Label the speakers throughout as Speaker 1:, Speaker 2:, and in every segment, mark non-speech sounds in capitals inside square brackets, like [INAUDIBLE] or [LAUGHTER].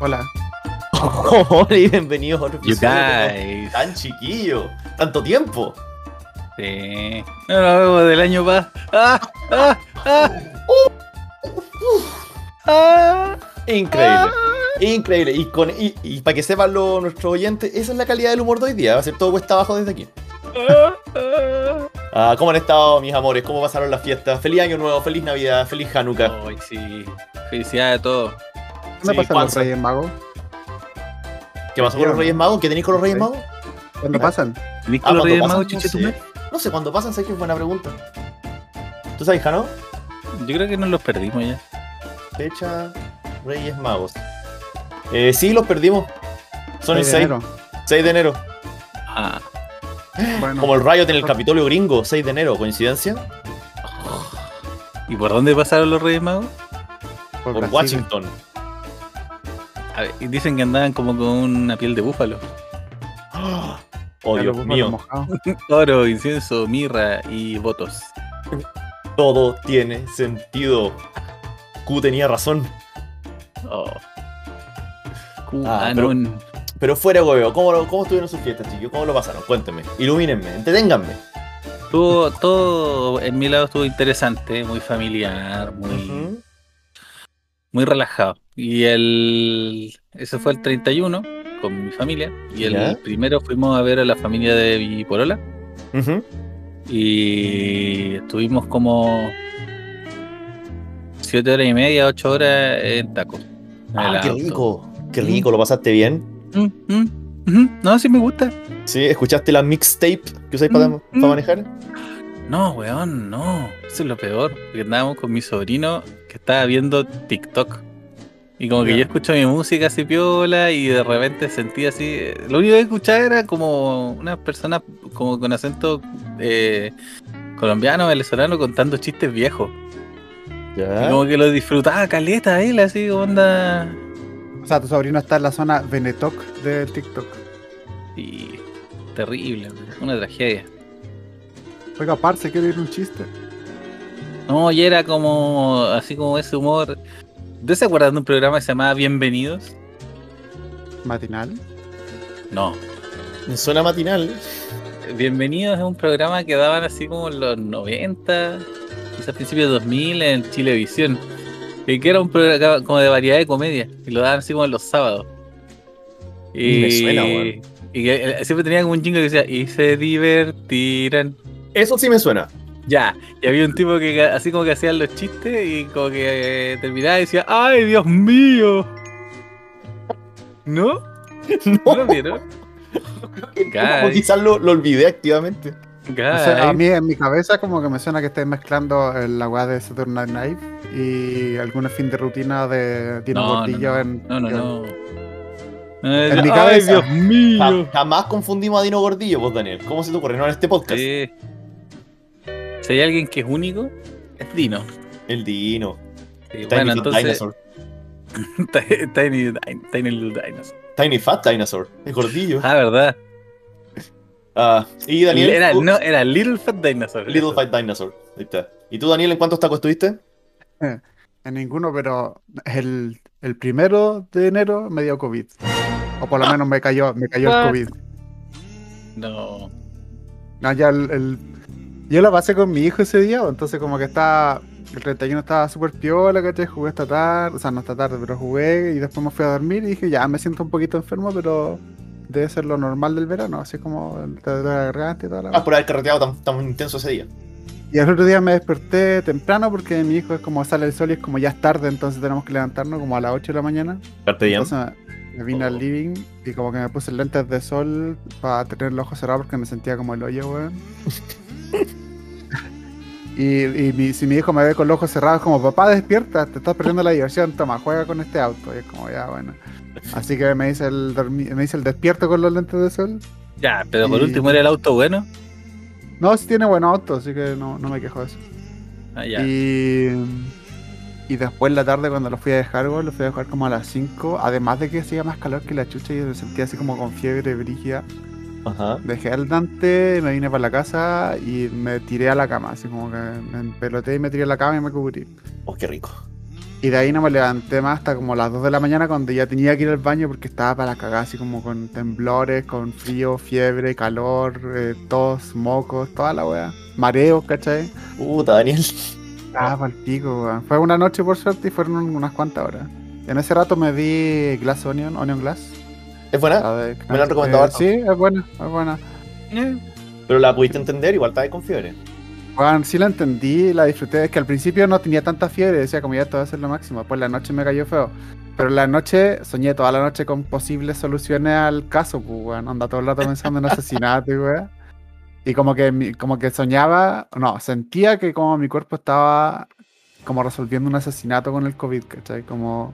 Speaker 1: Hola.
Speaker 2: [LAUGHS] Hola y bienvenidos a otro
Speaker 3: You
Speaker 2: episodio, pero
Speaker 3: guys.
Speaker 2: Tan chiquillo. Tanto tiempo.
Speaker 3: Sí. este, No lo vemos del año pasado. ¡Ah! ¡Ah! ¡Ah!
Speaker 2: Ah, Increíble.
Speaker 1: Ah.
Speaker 2: Increíble. Y, con, y, y para que sepan lo- nuestros oyentes, esa es la calidad del humor de hoy día. Va a ser todo cuesta abajo desde aquí. Ah, ¿Cómo han estado, mis amores? ¿Cómo pasaron las fiestas? Feliz Año Nuevo, feliz Navidad, feliz
Speaker 1: Oh,
Speaker 2: Hanukkah.
Speaker 3: Ay, sí. Felicidades a todos.
Speaker 1: ¿Dónde
Speaker 2: Sí,
Speaker 1: pasan los
Speaker 2: Juanza.
Speaker 1: Reyes Magos?
Speaker 2: ¿Qué pasó con los
Speaker 1: Bien.
Speaker 2: Reyes Magos? ¿Qué tenéis con los Reyes
Speaker 1: Sí.
Speaker 2: Magos?
Speaker 1: ¿Cuándo
Speaker 2: Claro.
Speaker 1: pasan?
Speaker 3: ¿Tenís
Speaker 2: Ah,
Speaker 3: color
Speaker 2: cuando
Speaker 3: de
Speaker 2: pasan,
Speaker 3: mago,
Speaker 2: no
Speaker 3: chuche, tu
Speaker 2: sé.
Speaker 3: madre?
Speaker 2: No sé, cuando pasan, sé que es buena pregunta. ¿Tú sabes, Jano?
Speaker 3: Yo creo que nos los perdimos ya.
Speaker 2: Fecha Reyes Magos. Eh, sí, los perdimos. Son el 6
Speaker 1: Seis
Speaker 2: de
Speaker 1: de
Speaker 2: [LAUGHS] enero.
Speaker 1: enero.
Speaker 2: 6 de enero.
Speaker 3: Ah.
Speaker 1: Bueno,
Speaker 2: Como el Riot en el Capitolio gringo, 6 de enero. ¿Coincidencia?
Speaker 3: ¿Y por dónde pasaron los Reyes Magos?
Speaker 1: por
Speaker 2: Por
Speaker 1: Brasil.
Speaker 2: Washington.
Speaker 3: A ver, y dicen que andaban como con una piel de búfalo. [LAUGHS]
Speaker 2: ¡Ah! Oh,
Speaker 1: Ya
Speaker 2: Dios
Speaker 1: lo pongo
Speaker 2: mío.
Speaker 1: mojado.
Speaker 3: Oro, incienso, mirra y votos.
Speaker 2: Todo tiene sentido. Q tenía razón.
Speaker 3: Oh.
Speaker 2: Ah, pero-
Speaker 3: Cubanón.
Speaker 2: Pero fuera, hueveo. ¿Cómo, lo- ¿Cómo estuvieron sus fiestas, chicos? ¿Cómo lo pasaron? Cuéntenme. Ilumínenme. Entreténganme.
Speaker 3: Estuvo- todo en mi lado estuvo interesante, muy familiar, muy,
Speaker 2: Ujú.
Speaker 3: muy relajado. Y el. Ese fue el 31 con mi familia. Y el
Speaker 2: Ya.
Speaker 3: primero fuimos a ver a la familia de mi polola.
Speaker 2: Ujú.
Speaker 3: Y estuvimos como. siete horas y media, ocho horas en taco. en
Speaker 2: Ah,
Speaker 3: el
Speaker 2: qué
Speaker 3: auto.
Speaker 2: rico. Qué rico. ¿Lo pasaste bien?
Speaker 3: Mm, mm, ujú. No, sí me gusta.
Speaker 2: ¿Sí? ¿Escuchaste la mixtape que usáis para,
Speaker 3: Mm,
Speaker 2: para
Speaker 3: mm.
Speaker 2: manejar?
Speaker 3: No, weón, no. Eso es lo peor. Porque andábamos con mi sobrino que estaba viendo TikTok. Y como que
Speaker 2: Ya.
Speaker 3: yo escucho mi música así piola y de repente sentí así. eh, Lo único que escuchaba era como una persona como con acento eh, colombiano, venezolano contando chistes viejos. Y
Speaker 2: Ya.
Speaker 3: como que lo disfrutaba caleta él, así como onda.
Speaker 1: O sea, tu sobrino está en la zona Benetoc del TikTok.
Speaker 3: Y terrible, weón, una tragedia.
Speaker 1: Oiga, parce, quiero ir un chiste.
Speaker 3: No, y era como así como ese humor. ¿Te se acuerdan de un programa que se llamaba Bienvenidos?
Speaker 1: Matinal.
Speaker 3: No,
Speaker 2: Suena matinal.
Speaker 3: Bienvenidos es un programa que daban así como en los 90, quizás principios de 2000 en Chilevisión. Y que era un programa como de variedad de comedia. Y lo daban así como los sábados. Y,
Speaker 2: Me suena, weón.
Speaker 3: Y que, eh, siempre tenía como un chingo que decía, y se divertirán.
Speaker 2: Eso sí me suena.
Speaker 3: Ya. Y había un tipo que ca- así como que hacía los chistes y como que eh, terminaba y decía, ¡ay, Dios mío! ¿No? ¿No lo vieron?
Speaker 2: Como quizás lo, lo olvidé activamente.
Speaker 1: O sea, a
Speaker 3: Guys.
Speaker 1: mí en mi cabeza como que me suena que estés mezclando el- la weá de Saturn Night Live y algún fin de rutina de Dino
Speaker 3: No, no,
Speaker 1: Gordillo
Speaker 3: no.
Speaker 1: en...
Speaker 3: No, no, no.
Speaker 1: En mi
Speaker 3: Ay,
Speaker 1: cabeza.
Speaker 3: Dios mío.
Speaker 2: Ja- jamás confundimos a Dino Gordillo, vos, Daniel. ¿Cómo se te ocurre? No en este podcast.
Speaker 3: Sí. Si hay alguien que es único, es Dino.
Speaker 2: El Dino.
Speaker 3: Sí,
Speaker 2: Tiny
Speaker 3: bueno,
Speaker 2: Fat
Speaker 3: entonces. [LAUGHS]
Speaker 2: Dinosaur.
Speaker 3: Tiny, Din- Tiny Little Dinosaur.
Speaker 2: Tiny Fat Dinosaur. El gordillo.
Speaker 3: Ah, ¿verdad?
Speaker 2: Ah, y Daniel.
Speaker 3: era,
Speaker 2: tú-
Speaker 3: no, era Little Fat Dinosaur.
Speaker 2: Little
Speaker 3: eso.
Speaker 2: Fat Dinosaur. Ahí está. ¿Y tú, Daniel, en cuántos tacos estuviste?
Speaker 1: En ninguno, pero el, el primero de enero me dio COVID. O por lo menos me cayó, me cayó el
Speaker 3: What?
Speaker 1: COVID.
Speaker 3: No.
Speaker 1: No, ya el, el- Yo la pasé con mi hijo ese día, entonces como que estaba... El 31 estaba súper piola, ¿cachai? Jugué esta tarde, o sea, no esta tarde, pero jugué y después me fui a dormir y dije, ya, me siento un poquito enfermo, pero debe ser lo normal del verano, así como el te duele la garganta y toda la...
Speaker 2: Ah, por haber carreteado tan, tan intenso ese día.
Speaker 1: Y al otro día me desperté temprano porque mi hijo es como sale el sol y es como ya es tarde, entonces tenemos que levantarnos como a las 8 de la mañana.
Speaker 2: Carpe diem.
Speaker 1: Entonces me vine al
Speaker 2: Oh.
Speaker 1: living y como que me puse lentes de sol para tener los ojos cerrados porque me sentía como el hoyo, weón. y y mi- si mi hijo me ve con los ojos cerrados, es como papá, despierta, te estás perdiendo la diversión, toma, juega con este auto. Y es como ya, bueno. Así que me hice el, dormi- me hice el despierto con los lentes de sol.
Speaker 3: Ya, pero por
Speaker 1: Y-
Speaker 3: último era el auto bueno.
Speaker 1: No, si tiene buen auto, así que no, no me quejo de eso.
Speaker 3: Ah, ya.
Speaker 1: Y, y después en la tarde cuando lo fui a dejar, güey, lo fui a dejar como a las 5. Además de que hacía más calor que la chucha y me sentía así como con fiebre brígida.
Speaker 2: Ajá.
Speaker 1: Dejé al Dante, me vine para la casa y me tiré a la cama. Así como que me empeloté y me tiré a la cama y me cubrí.
Speaker 2: Oh, qué rico.
Speaker 1: Y de ahí no me levanté más hasta como las 2 de la mañana cuando ya tenía que ir al baño porque estaba para la cagada, así como con temblores, con frío, fiebre, calor, eh, tos, mocos, toda la wea. Mareos, ¿cachai?
Speaker 2: Puta, Daniel. [LAUGHS]
Speaker 1: Ah, pal pico, weón. Fue una noche por suerte y fueron unas cuantas horas. En ese rato me vi Glass Onion, Onion Glass.
Speaker 2: Es buena,
Speaker 3: Ah.
Speaker 1: la de-
Speaker 2: me la han recomendado
Speaker 1: eh,
Speaker 2: harto.
Speaker 1: Sí, es buena, es buena. Eh,
Speaker 2: pero la pudiste entender, igual estaba con fiebre.
Speaker 1: Weón, sí la entendí, la disfruté. Es que al principio no tenía tanta fiebre, decía como ya esto va a ser lo máximo. Después la noche me cayó feo. Pero la noche, soñé toda la noche con posibles soluciones al caso, pues, weón. Andaba todo el rato pensando en asesinato, y weón. Y como que, mi- como que soñaba, no, sentía que como mi cuerpo estaba como resolviendo un asesinato con el COVID, ¿cachai? Como,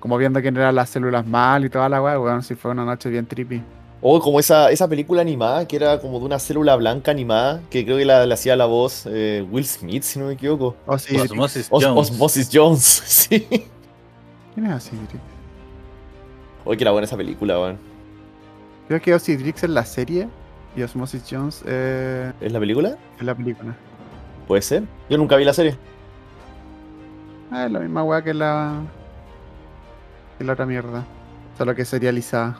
Speaker 1: como viendo quién eran las células mal y toda la weá, weón. Sí, fue una noche bien trippy.
Speaker 2: O Oh, como esa, esa película animada que era como de una célula blanca animada, que creo que la, la hacía la voz eh, Will Smith, si no me equivoco.
Speaker 1: Oh, sí,
Speaker 3: Osmosis
Speaker 2: Os-
Speaker 3: Jones. [LAUGHS]
Speaker 2: Osmosis Jones, [LAUGHS] sí.
Speaker 1: ¿Quién es Osidrix?
Speaker 2: Oye, Oh, que era buena esa película, weón.
Speaker 1: Creo que Osidrix es la serie y Osmosis Jones eh,
Speaker 2: ¿Es la película?
Speaker 1: es la película.
Speaker 2: Puede ser. Yo nunca vi la serie.
Speaker 1: Ah, es la misma weá que la. que la otra mierda. Solo que
Speaker 2: [LAUGHS]
Speaker 1: serializada.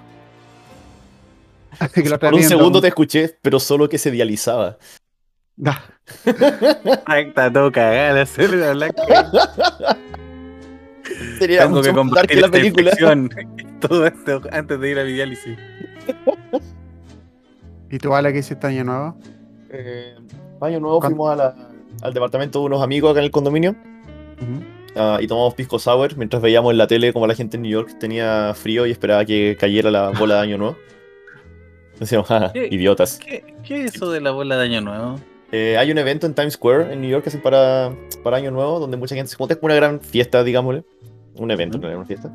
Speaker 1: Así que la otra
Speaker 2: Por un
Speaker 1: viendo-
Speaker 2: segundo te escuché, pero solo que se dializaba.
Speaker 1: Ah,
Speaker 3: Ah, Está todo cagada la célula
Speaker 2: [LAUGHS]
Speaker 3: blanca.
Speaker 2: Sería
Speaker 3: Tengo que
Speaker 2: mucho más dark
Speaker 3: compartir esta infección. [LAUGHS] Todo esto antes de ir a mi diálisis.
Speaker 1: ¿Y tú, Ale, qué hiciste año nuevo?
Speaker 2: [LAUGHS] Eh, año nuevo
Speaker 1: ¿Cuán-
Speaker 2: fuimos a la- al departamento de unos amigos acá en el condominio
Speaker 1: Ujú.
Speaker 2: ah, y tomamos pisco sour mientras veíamos en la tele como la gente en New York tenía frío y esperaba que cayera la bola de año nuevo. Decíamos, "Ja, ja,
Speaker 3: ¿Qué?
Speaker 2: idiotas.
Speaker 3: ¿Qué, ¿Qué es eso de la bola de año nuevo?
Speaker 2: Eh, hay un evento en Times Square en New York que hacen para, para Año Nuevo, donde mucha gente se junta, es como una gran fiesta, digámosle. Un evento,
Speaker 3: Ujú.
Speaker 2: no es una fiesta.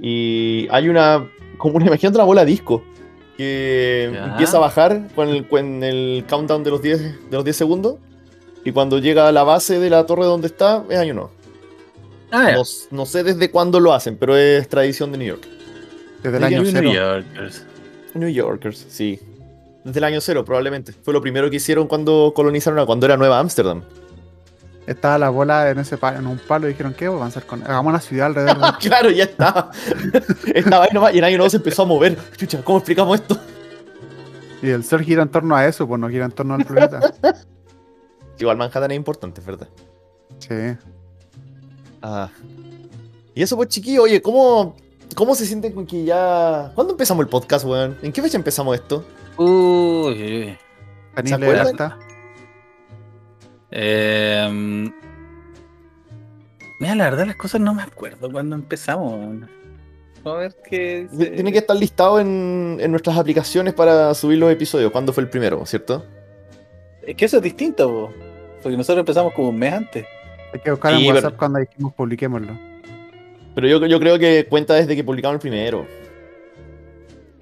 Speaker 2: Y hay una, como una, imagínate una bola disco, que
Speaker 3: Ya.
Speaker 2: empieza a bajar con el, con el countdown de los, 10, de los 10 segundos. Y cuando llega a la base de la torre donde está, es Año Nuevo.
Speaker 3: Ah,
Speaker 2: No, s- no sé desde cuándo lo hacen, pero es tradición de New York.
Speaker 1: Desde el
Speaker 3: New
Speaker 1: año cero.
Speaker 3: Yorkers.
Speaker 2: New Yorkers, sí. Desde el año cero, probablemente. Fue lo primero que hicieron cuando colonizaron, a- cuando era Nueva Ámsterdam.
Speaker 1: Estaba la bola en ese pa- en un palo y dijeron, ¿qué vamos a hacer con? Hagamos una ciudad alrededor.
Speaker 2: [LAUGHS]
Speaker 1: de-
Speaker 2: [LAUGHS] Claro, ya estaba. Estaba ahí nomás y en año nuevo se empezó a mover. Chucha, ¿cómo explicamos esto?
Speaker 1: y el sol gira en torno a eso, pues no gira en torno al planeta.
Speaker 2: [LAUGHS] Igual Manhattan es importante, es verdad.
Speaker 1: Sí.
Speaker 2: Ah. Y eso, pues, chiquillo, oye, ¿cómo, ¿cómo se sienten con que ya. ¿Cuándo empezamos el podcast, weón? ¿En qué fecha empezamos esto?
Speaker 3: Uy, uy, uy.
Speaker 1: ¿Tenéis leer
Speaker 2: acuerdan?
Speaker 1: harta?
Speaker 3: Em, mira, la verdad, las cosas no me acuerdo cuando empezamos. A ver qué.
Speaker 2: De- Tiene que estar listado en, en nuestras aplicaciones para subir los episodios. ¿Cuándo fue el primero, cierto?
Speaker 3: Es que eso es distinto, po, porque nosotros empezamos como un mes antes.
Speaker 1: Hay que buscar en
Speaker 2: Sí, pero-
Speaker 1: WhatsApp cuando dijimos publiquémoslo.
Speaker 2: Pero yo, yo creo que cuenta desde que publicamos el primero.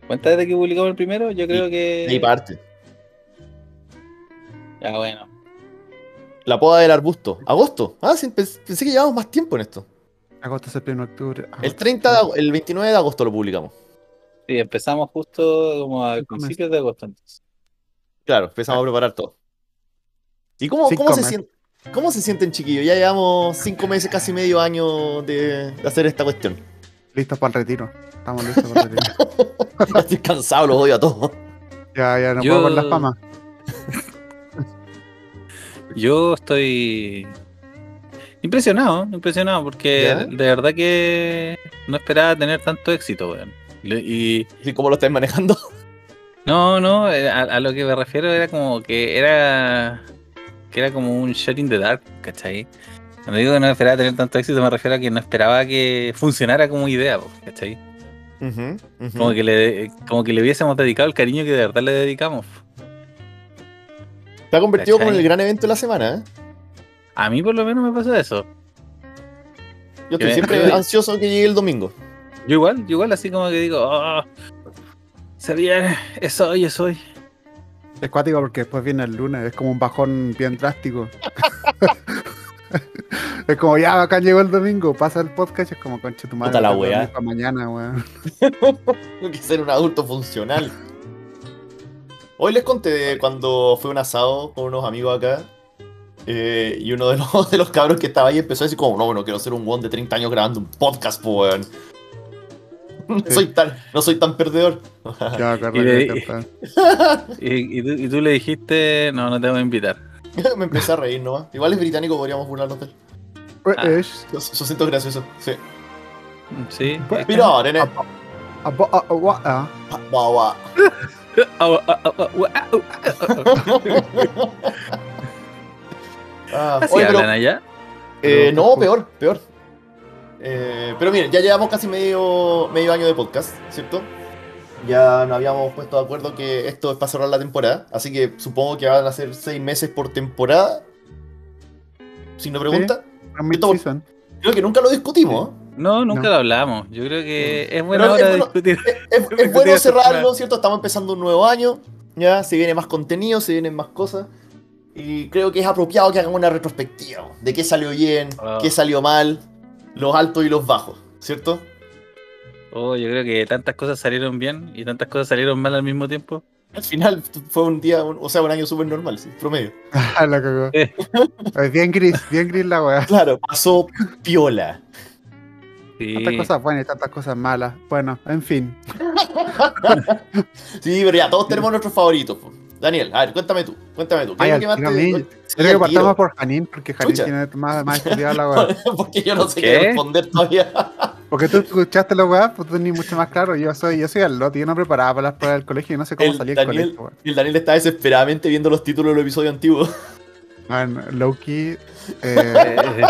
Speaker 3: ¿Cuántas desde que publicamos el primero? Yo creo
Speaker 2: De ahí
Speaker 3: que.
Speaker 2: parte.
Speaker 3: Ah, bueno.
Speaker 2: La poda del arbusto. Agosto. Ah, sí, pens- pensé que llevábamos más tiempo en esto.
Speaker 1: Agosto, septiembre, octubre.
Speaker 2: El
Speaker 1: agosto,
Speaker 2: 30 de ago- el 29 de agosto lo publicamos.
Speaker 3: Sí, empezamos justo como a
Speaker 1: Cinco meses.
Speaker 3: principios de agosto. entonces.
Speaker 2: Claro, empezamos a preparar todo. ¿Y cómo,
Speaker 1: Sin
Speaker 2: cómo se,
Speaker 1: comer.
Speaker 2: sien- cómo se sienten, chiquillos? Ya llevamos cinco meses, casi medio año de, de hacer esta [LAUGHS] cuestión.
Speaker 1: Listos para el retiro. Estamos listos para el
Speaker 3: [LAUGHS]
Speaker 1: retiro.
Speaker 2: Ya Estoy cansado, los odio a todos. [LAUGHS]
Speaker 1: ya, ya no
Speaker 3: Yo-
Speaker 1: puedo con las famas.
Speaker 3: Yo estoy impresionado, impresionado, porque
Speaker 2: ¿Ya?
Speaker 3: de verdad que no esperaba tener tanto éxito, weón. Lo- Y
Speaker 2: ¿Y cómo lo estáis manejando?
Speaker 3: no, no, eh, a, a lo que me refiero era como que era que era como un shot in the dark, ¿cachai? Cuando digo que no esperaba tener tanto éxito, me refiero a que no esperaba que funcionara como idea, po, ¿cachai?
Speaker 2: Ujú, ujú.
Speaker 3: Como que le como que le hubiésemos dedicado el cariño que de verdad le dedicamos.
Speaker 2: Se ha convertido como en
Speaker 3: ¿Cachai?
Speaker 2: el gran evento de la semana. ¿eh?
Speaker 3: A mí por lo menos me pasó eso.
Speaker 2: Yo
Speaker 3: Bien.
Speaker 2: estoy [LAUGHS] siempre ansioso que llegue el domingo.
Speaker 3: Yo igual, yo igual así como que digo, oh, sabía, es hoy, es hoy.
Speaker 1: Es cuático porque después viene el lunes, es como un bajón bien drástico. [LAUGHS] es como ya acá llegó el domingo, pasa el podcast y es como conche tu madre.
Speaker 2: Puta la
Speaker 1: tengo que
Speaker 2: weá.
Speaker 1: dormir pa' mañana,
Speaker 3: [LAUGHS]
Speaker 1: weón.
Speaker 2: Tengo que ser un adulto funcional. Hoy les conté de cuando fue un asado con unos amigos acá. Eh, y uno de los, [LAUGHS] de los cabros que estaba ahí empezó a decir como, no, bueno, quiero ser un weón de 30 años grabando un podcast, po, weón. [LAUGHS] No soy tan, no soy tan perdedor. [LAUGHS]
Speaker 1: Ya,
Speaker 3: Y
Speaker 1: agarré
Speaker 3: de-
Speaker 1: la carta.
Speaker 3: Y, y tú, y tú le dijiste, no, no te voy a invitar.
Speaker 2: Me empecé a reír nomás. Igual es británico, podríamos burlarnos de él.
Speaker 3: Ah.
Speaker 1: Eh, eh,
Speaker 2: Yo, yo siento gracioso. Sí.
Speaker 3: Sí.
Speaker 2: Pues, Mira, nene.
Speaker 1: a bo- a- a- wa- a.
Speaker 2: Guau, guau.
Speaker 3: Au, au, au, au, au.
Speaker 2: [LAUGHS] Ah,
Speaker 3: ¿Así
Speaker 2: oye, pero,
Speaker 3: hablan allá?
Speaker 2: eh, no,
Speaker 1: [LAUGHS]
Speaker 2: peor, peor. Eh, pero miren, ya llevamos casi medio, medio año de podcast, ¿cierto? Ya nos habíamos puesto de acuerdo que esto es para cerrar la temporada, así que supongo que van a ser seis meses por temporada. Si no pregunta,
Speaker 1: Gran mid-season. [LAUGHS]
Speaker 2: creo que nunca lo discutimos. ¿eh?
Speaker 3: No, nunca
Speaker 1: No.
Speaker 3: lo hablamos. Yo creo que es buena
Speaker 2: Pero es
Speaker 3: hora de
Speaker 2: bueno-
Speaker 3: discutir. Creo
Speaker 2: [LAUGHS] Es,
Speaker 3: que
Speaker 2: es bueno
Speaker 3: tiene que
Speaker 2: cerrarlo,
Speaker 3: funcionar.
Speaker 2: ¿cierto? Estamos empezando un nuevo año, ya se viene más contenido, se vienen más cosas. Y creo que es apropiado que hagamos una retrospectiva de qué salió bien,
Speaker 3: Ah.
Speaker 2: qué salió mal, los altos y los bajos, ¿cierto?
Speaker 3: Oh, yo creo que tantas cosas salieron bien y tantas cosas salieron mal al mismo tiempo.
Speaker 2: Al final fue un día, un- o sea, un año súper normal, sí, promedio.
Speaker 1: Ah, la cagó.
Speaker 3: Eh.
Speaker 1: Eh, Bien gris, bien gris la weá.
Speaker 2: Claro, pasó piola.
Speaker 3: Sí.
Speaker 1: Tantas cosas buenas y tantas cosas malas. Bueno, en fin.
Speaker 2: Sí, pero ya, todos tenemos nuestros favoritos. po. Daniel, a ver, cuéntame tú, cuéntame tú. ¿Qué
Speaker 1: Ay,
Speaker 2: es
Speaker 1: al
Speaker 2: lo que más
Speaker 1: tiro a
Speaker 2: te-
Speaker 1: mí.
Speaker 2: cuál- sí,
Speaker 1: Creo que
Speaker 2: al
Speaker 1: partamos
Speaker 2: tiro,
Speaker 1: por Janín, porque Janín
Speaker 2: Chucha.
Speaker 1: tiene más,
Speaker 2: [LAUGHS]
Speaker 1: más estudiada la weá.
Speaker 2: Porque yo no sé qué,
Speaker 3: ¿Qué?
Speaker 2: responder todavía. [LAUGHS]
Speaker 1: Porque tú escuchaste la weá, pues tú tenías mucho más claro. Yo soy, yo soy al lote, yo no preparaba para las pruebas del colegio y no sé cómo
Speaker 2: El
Speaker 1: salí del
Speaker 2: Daniel-
Speaker 1: colegio, weón.
Speaker 2: Y el Daniel está desesperadamente viendo los títulos de los episodios antiguos. [LAUGHS]
Speaker 1: Man,
Speaker 3: [LAUGHS]
Speaker 1: Loki. Eh,
Speaker 3: Eh,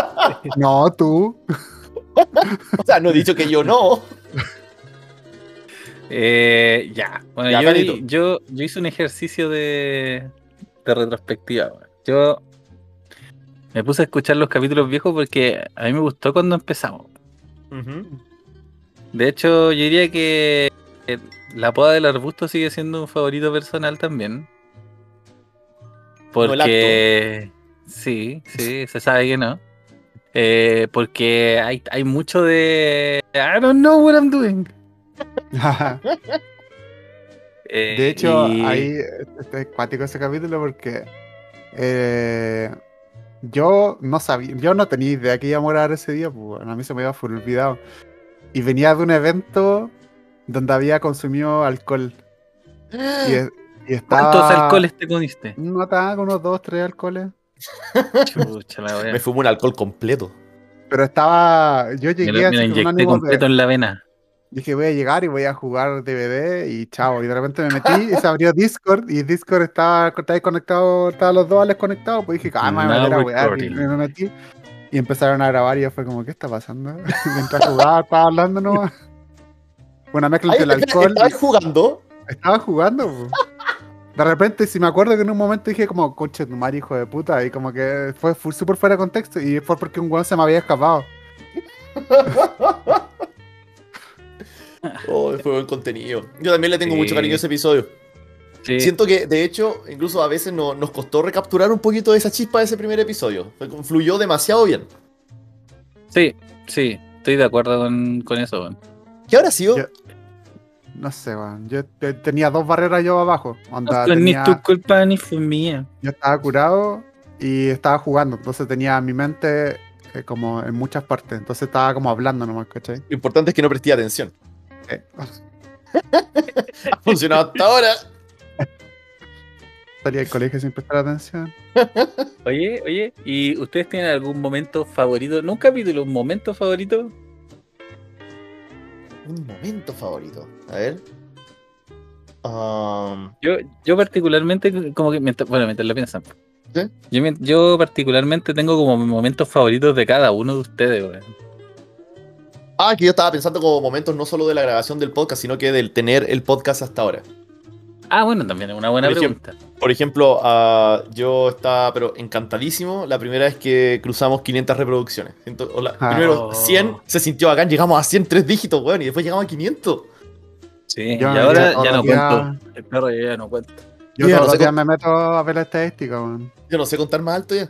Speaker 1: no, tú. [LAUGHS]
Speaker 2: O sea, no he dicho que yo no.
Speaker 3: eh, ya. Bueno,
Speaker 2: Ya,
Speaker 3: yo,
Speaker 2: Carito.
Speaker 3: yo, yo hice un ejercicio de, de retrospectiva. weón. Yo me puse a escuchar los capítulos viejos porque a mí me gustó cuando empezamos. De hecho, yo diría que eh, la poda del arbusto sigue siendo un favorito personal también.
Speaker 2: Como el acto.
Speaker 3: Porque. Sí, sí, se sabe que no. Eh, porque hay, hay mucho de. I don't know what I'm doing. Eh,
Speaker 1: De hecho,
Speaker 3: y-
Speaker 1: ahí está cuático ese capítulo porque eh, yo no sabía, yo no tenía idea que iba a morar ese día, pues, bueno, a mí se me había full olvidado. Y venía de un evento donde había consumido alcohol y, es- y estaba...
Speaker 3: ¿Cuántos alcoholes
Speaker 1: [LAUGHS]
Speaker 3: te comiste?
Speaker 1: No estaba con unos dos, tres alcoholes.
Speaker 3: Chucha, la wea.
Speaker 2: [LAUGHS] Me fumo un alcohol completo.
Speaker 1: Pero estaba, yo
Speaker 3: Me
Speaker 1: llegué
Speaker 3: lo, me
Speaker 1: así con
Speaker 3: lo
Speaker 1: un
Speaker 3: inyecté
Speaker 1: ánimo de-
Speaker 3: completo en la vena.
Speaker 1: Dije, voy a llegar y voy a jugar DVD y chao. Y de repente me metí y se abrió Discord y Discord estaba, estaba conectado, estaban los dos desconectados. Pues dije, ah, me voy a meter a
Speaker 3: Now
Speaker 1: wear", Y
Speaker 3: recording.
Speaker 1: me metí y empezaron a grabar y yo fue como, ¿qué está pasando? [LAUGHS] Mientras jugaba, estaba hablando nomás. Fue Una mezcla
Speaker 2: Ahí,
Speaker 1: entre el alcohol.
Speaker 2: Estabas jugando.
Speaker 1: y Estaba jugando. po. De repente, si me acuerdo que en un momento dije como, conche tu madre, hijo de puta. Y como que fue fu- súper fuera de contexto y fue porque un weón se me había escapado.
Speaker 2: Oh, fue buen contenido. Yo también le tengo
Speaker 3: Sí.
Speaker 2: mucho cariño a ese episodio.
Speaker 3: Sí.
Speaker 2: Siento que, de hecho, incluso a veces no- nos costó recapturar un poquito de esa chispa de ese primer episodio. Fue como- Fluyó demasiado bien.
Speaker 3: sí, sí, estoy de acuerdo con, con eso. weón.
Speaker 2: ¿Qué habrá sido?
Speaker 1: Yo- No sé, weón. Yo te- tenía dos barreras yo abajo. Onda,
Speaker 3: Ni
Speaker 1: tenía-
Speaker 3: tu culpa ni fue mía.
Speaker 1: yo estaba curado y estaba jugando. Entonces tenía mi mente eh, como en muchas partes. Entonces estaba como hablando nomás, ¿cachai?
Speaker 2: Lo importante es que no presté atención. [LAUGHS]
Speaker 1: Eh, [LAUGHS]
Speaker 2: Ha funcionado hasta ahora.
Speaker 1: salí del colegio sin prestar atención.
Speaker 3: Oye, oye, ¿y ustedes tienen algún momento favorito? No un capítulo, un momento favorito.
Speaker 2: Un momento favorito. A ver. Um,
Speaker 3: Yo, yo particularmente, como que, mientras, bueno, mientras lo piensan.
Speaker 2: ¿Sí?
Speaker 3: Yo, mien- yo particularmente tengo como mis momentos favoritos de cada uno de ustedes, weón.
Speaker 2: Ah, que yo estaba pensando como momentos no solo de la grabación del podcast, sino que del tener el podcast hasta ahora.
Speaker 3: Ah, bueno, también es una buena
Speaker 2: Por ejemplo.
Speaker 3: pregunta.
Speaker 2: Por ejemplo, ah, yo estaba pero encantadísimo la primera vez que cruzamos 500 reproducciones. Siento- o la-
Speaker 1: Ah.
Speaker 2: Primero 100, se sintió bacán, llegamos a 100 tres dígitos, weón, y después llegamos a 500.
Speaker 3: Sí,
Speaker 1: Yo
Speaker 3: y
Speaker 1: me
Speaker 3: ahora
Speaker 1: metía
Speaker 3: ya no
Speaker 1: todos los
Speaker 3: cuento. El perro ya, no cuento.
Speaker 1: Yo
Speaker 2: Mira,
Speaker 1: todos
Speaker 2: no sé
Speaker 1: los días
Speaker 2: cómo-
Speaker 1: me meto a ver la estadística, weón.
Speaker 2: Yo no sé contar más alto ya.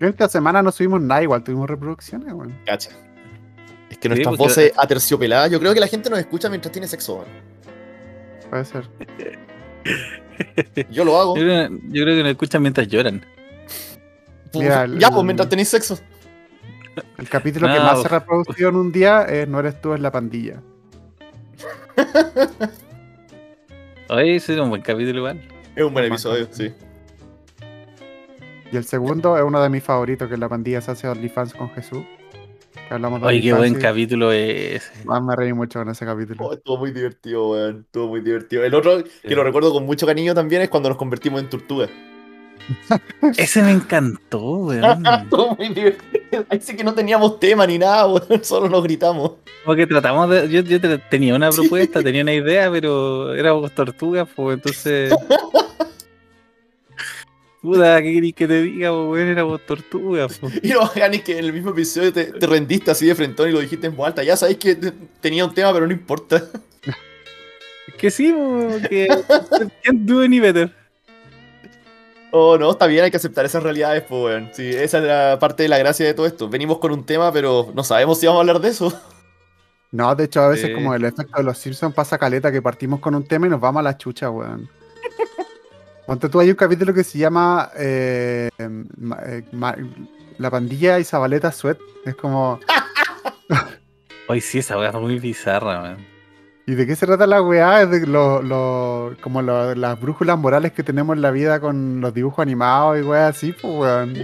Speaker 1: Yo esta semana no subimos nada igual, tuvimos reproducciones, weón.
Speaker 2: Cacha. Es que
Speaker 3: Sí,
Speaker 2: nuestras
Speaker 3: porque-
Speaker 2: voces aterciopeladas, pues, yo creo que la gente nos escucha mientras tiene sexo, weón.
Speaker 1: Puede ser.
Speaker 2: Yo lo hago.
Speaker 3: Yo creo, yo creo que no escuchan mientras lloran.
Speaker 2: Pues,
Speaker 1: Mira, el-
Speaker 2: ya, pues mientras tenéis sexo.
Speaker 1: El capítulo que
Speaker 3: No.
Speaker 1: más se ha reproducido en un día es No eres tú, es la pandilla.
Speaker 3: Oye, ese era un buen capítulo igual.
Speaker 2: Es un buen
Speaker 1: Ajá.
Speaker 2: episodio, sí.
Speaker 1: Y el segundo es uno de mis favoritos, que es la pandilla se hace OnlyFans con Jesús. Que hablamos de
Speaker 3: Oye, qué
Speaker 1: OnlyFans
Speaker 3: buen
Speaker 1: y-
Speaker 3: capítulo ese.
Speaker 1: Ah, me reí mucho con ese capítulo.
Speaker 2: Oh, estuvo muy divertido, weón. Estuvo muy divertido. El otro que lo recuerdo con mucho cariño también es cuando nos convertimos en tortugas.
Speaker 3: Ese me encantó, weón.
Speaker 2: [LAUGHS]
Speaker 1: [LAUGHS]
Speaker 2: Estuvo muy divertido. Ahí sí que no teníamos tema ni nada, weón. [LAUGHS] Solo nos gritamos.
Speaker 3: Como que tratamos de. Yo, yo te- tenía una propuesta, tenía una idea, pero éramos tortugas, pues entonces. Puta, ¿qué querís que te diga, pues weón? Éramos tortugas, pues.
Speaker 2: Y lo bacán es que en el mismo episodio te, te rendiste así de frentón y lo dijiste en voz alta. Ya sabéis que te- tenía un tema, pero no importa.
Speaker 3: Es Que sí, pues, que. Can't do any better.
Speaker 2: Oh, no, está bien, hay que aceptar esas realidades, pues, weón. Sí, esa es la parte de la gracia de todo esto. Venimos con un tema, pero no sabemos si vamos a hablar de eso. [LAUGHS]
Speaker 1: No, de hecho, a veces
Speaker 3: Sí.
Speaker 1: como el efecto de los Simpsons pasa caleta, que partimos con un tema y nos vamos a la chucha, weón. Ponte tú, hay un capítulo que se llama eh, em, ma- eh, ma- La pandilla y Zabaleta Sweat. Es como,
Speaker 3: Oye, sí, esa weá es muy bizarra, man.
Speaker 1: ¿y de qué se trata la weá? Es de lo- lo- como lo- las brújulas morales que tenemos en la vida con los dibujos animados y weá así, pues, weón.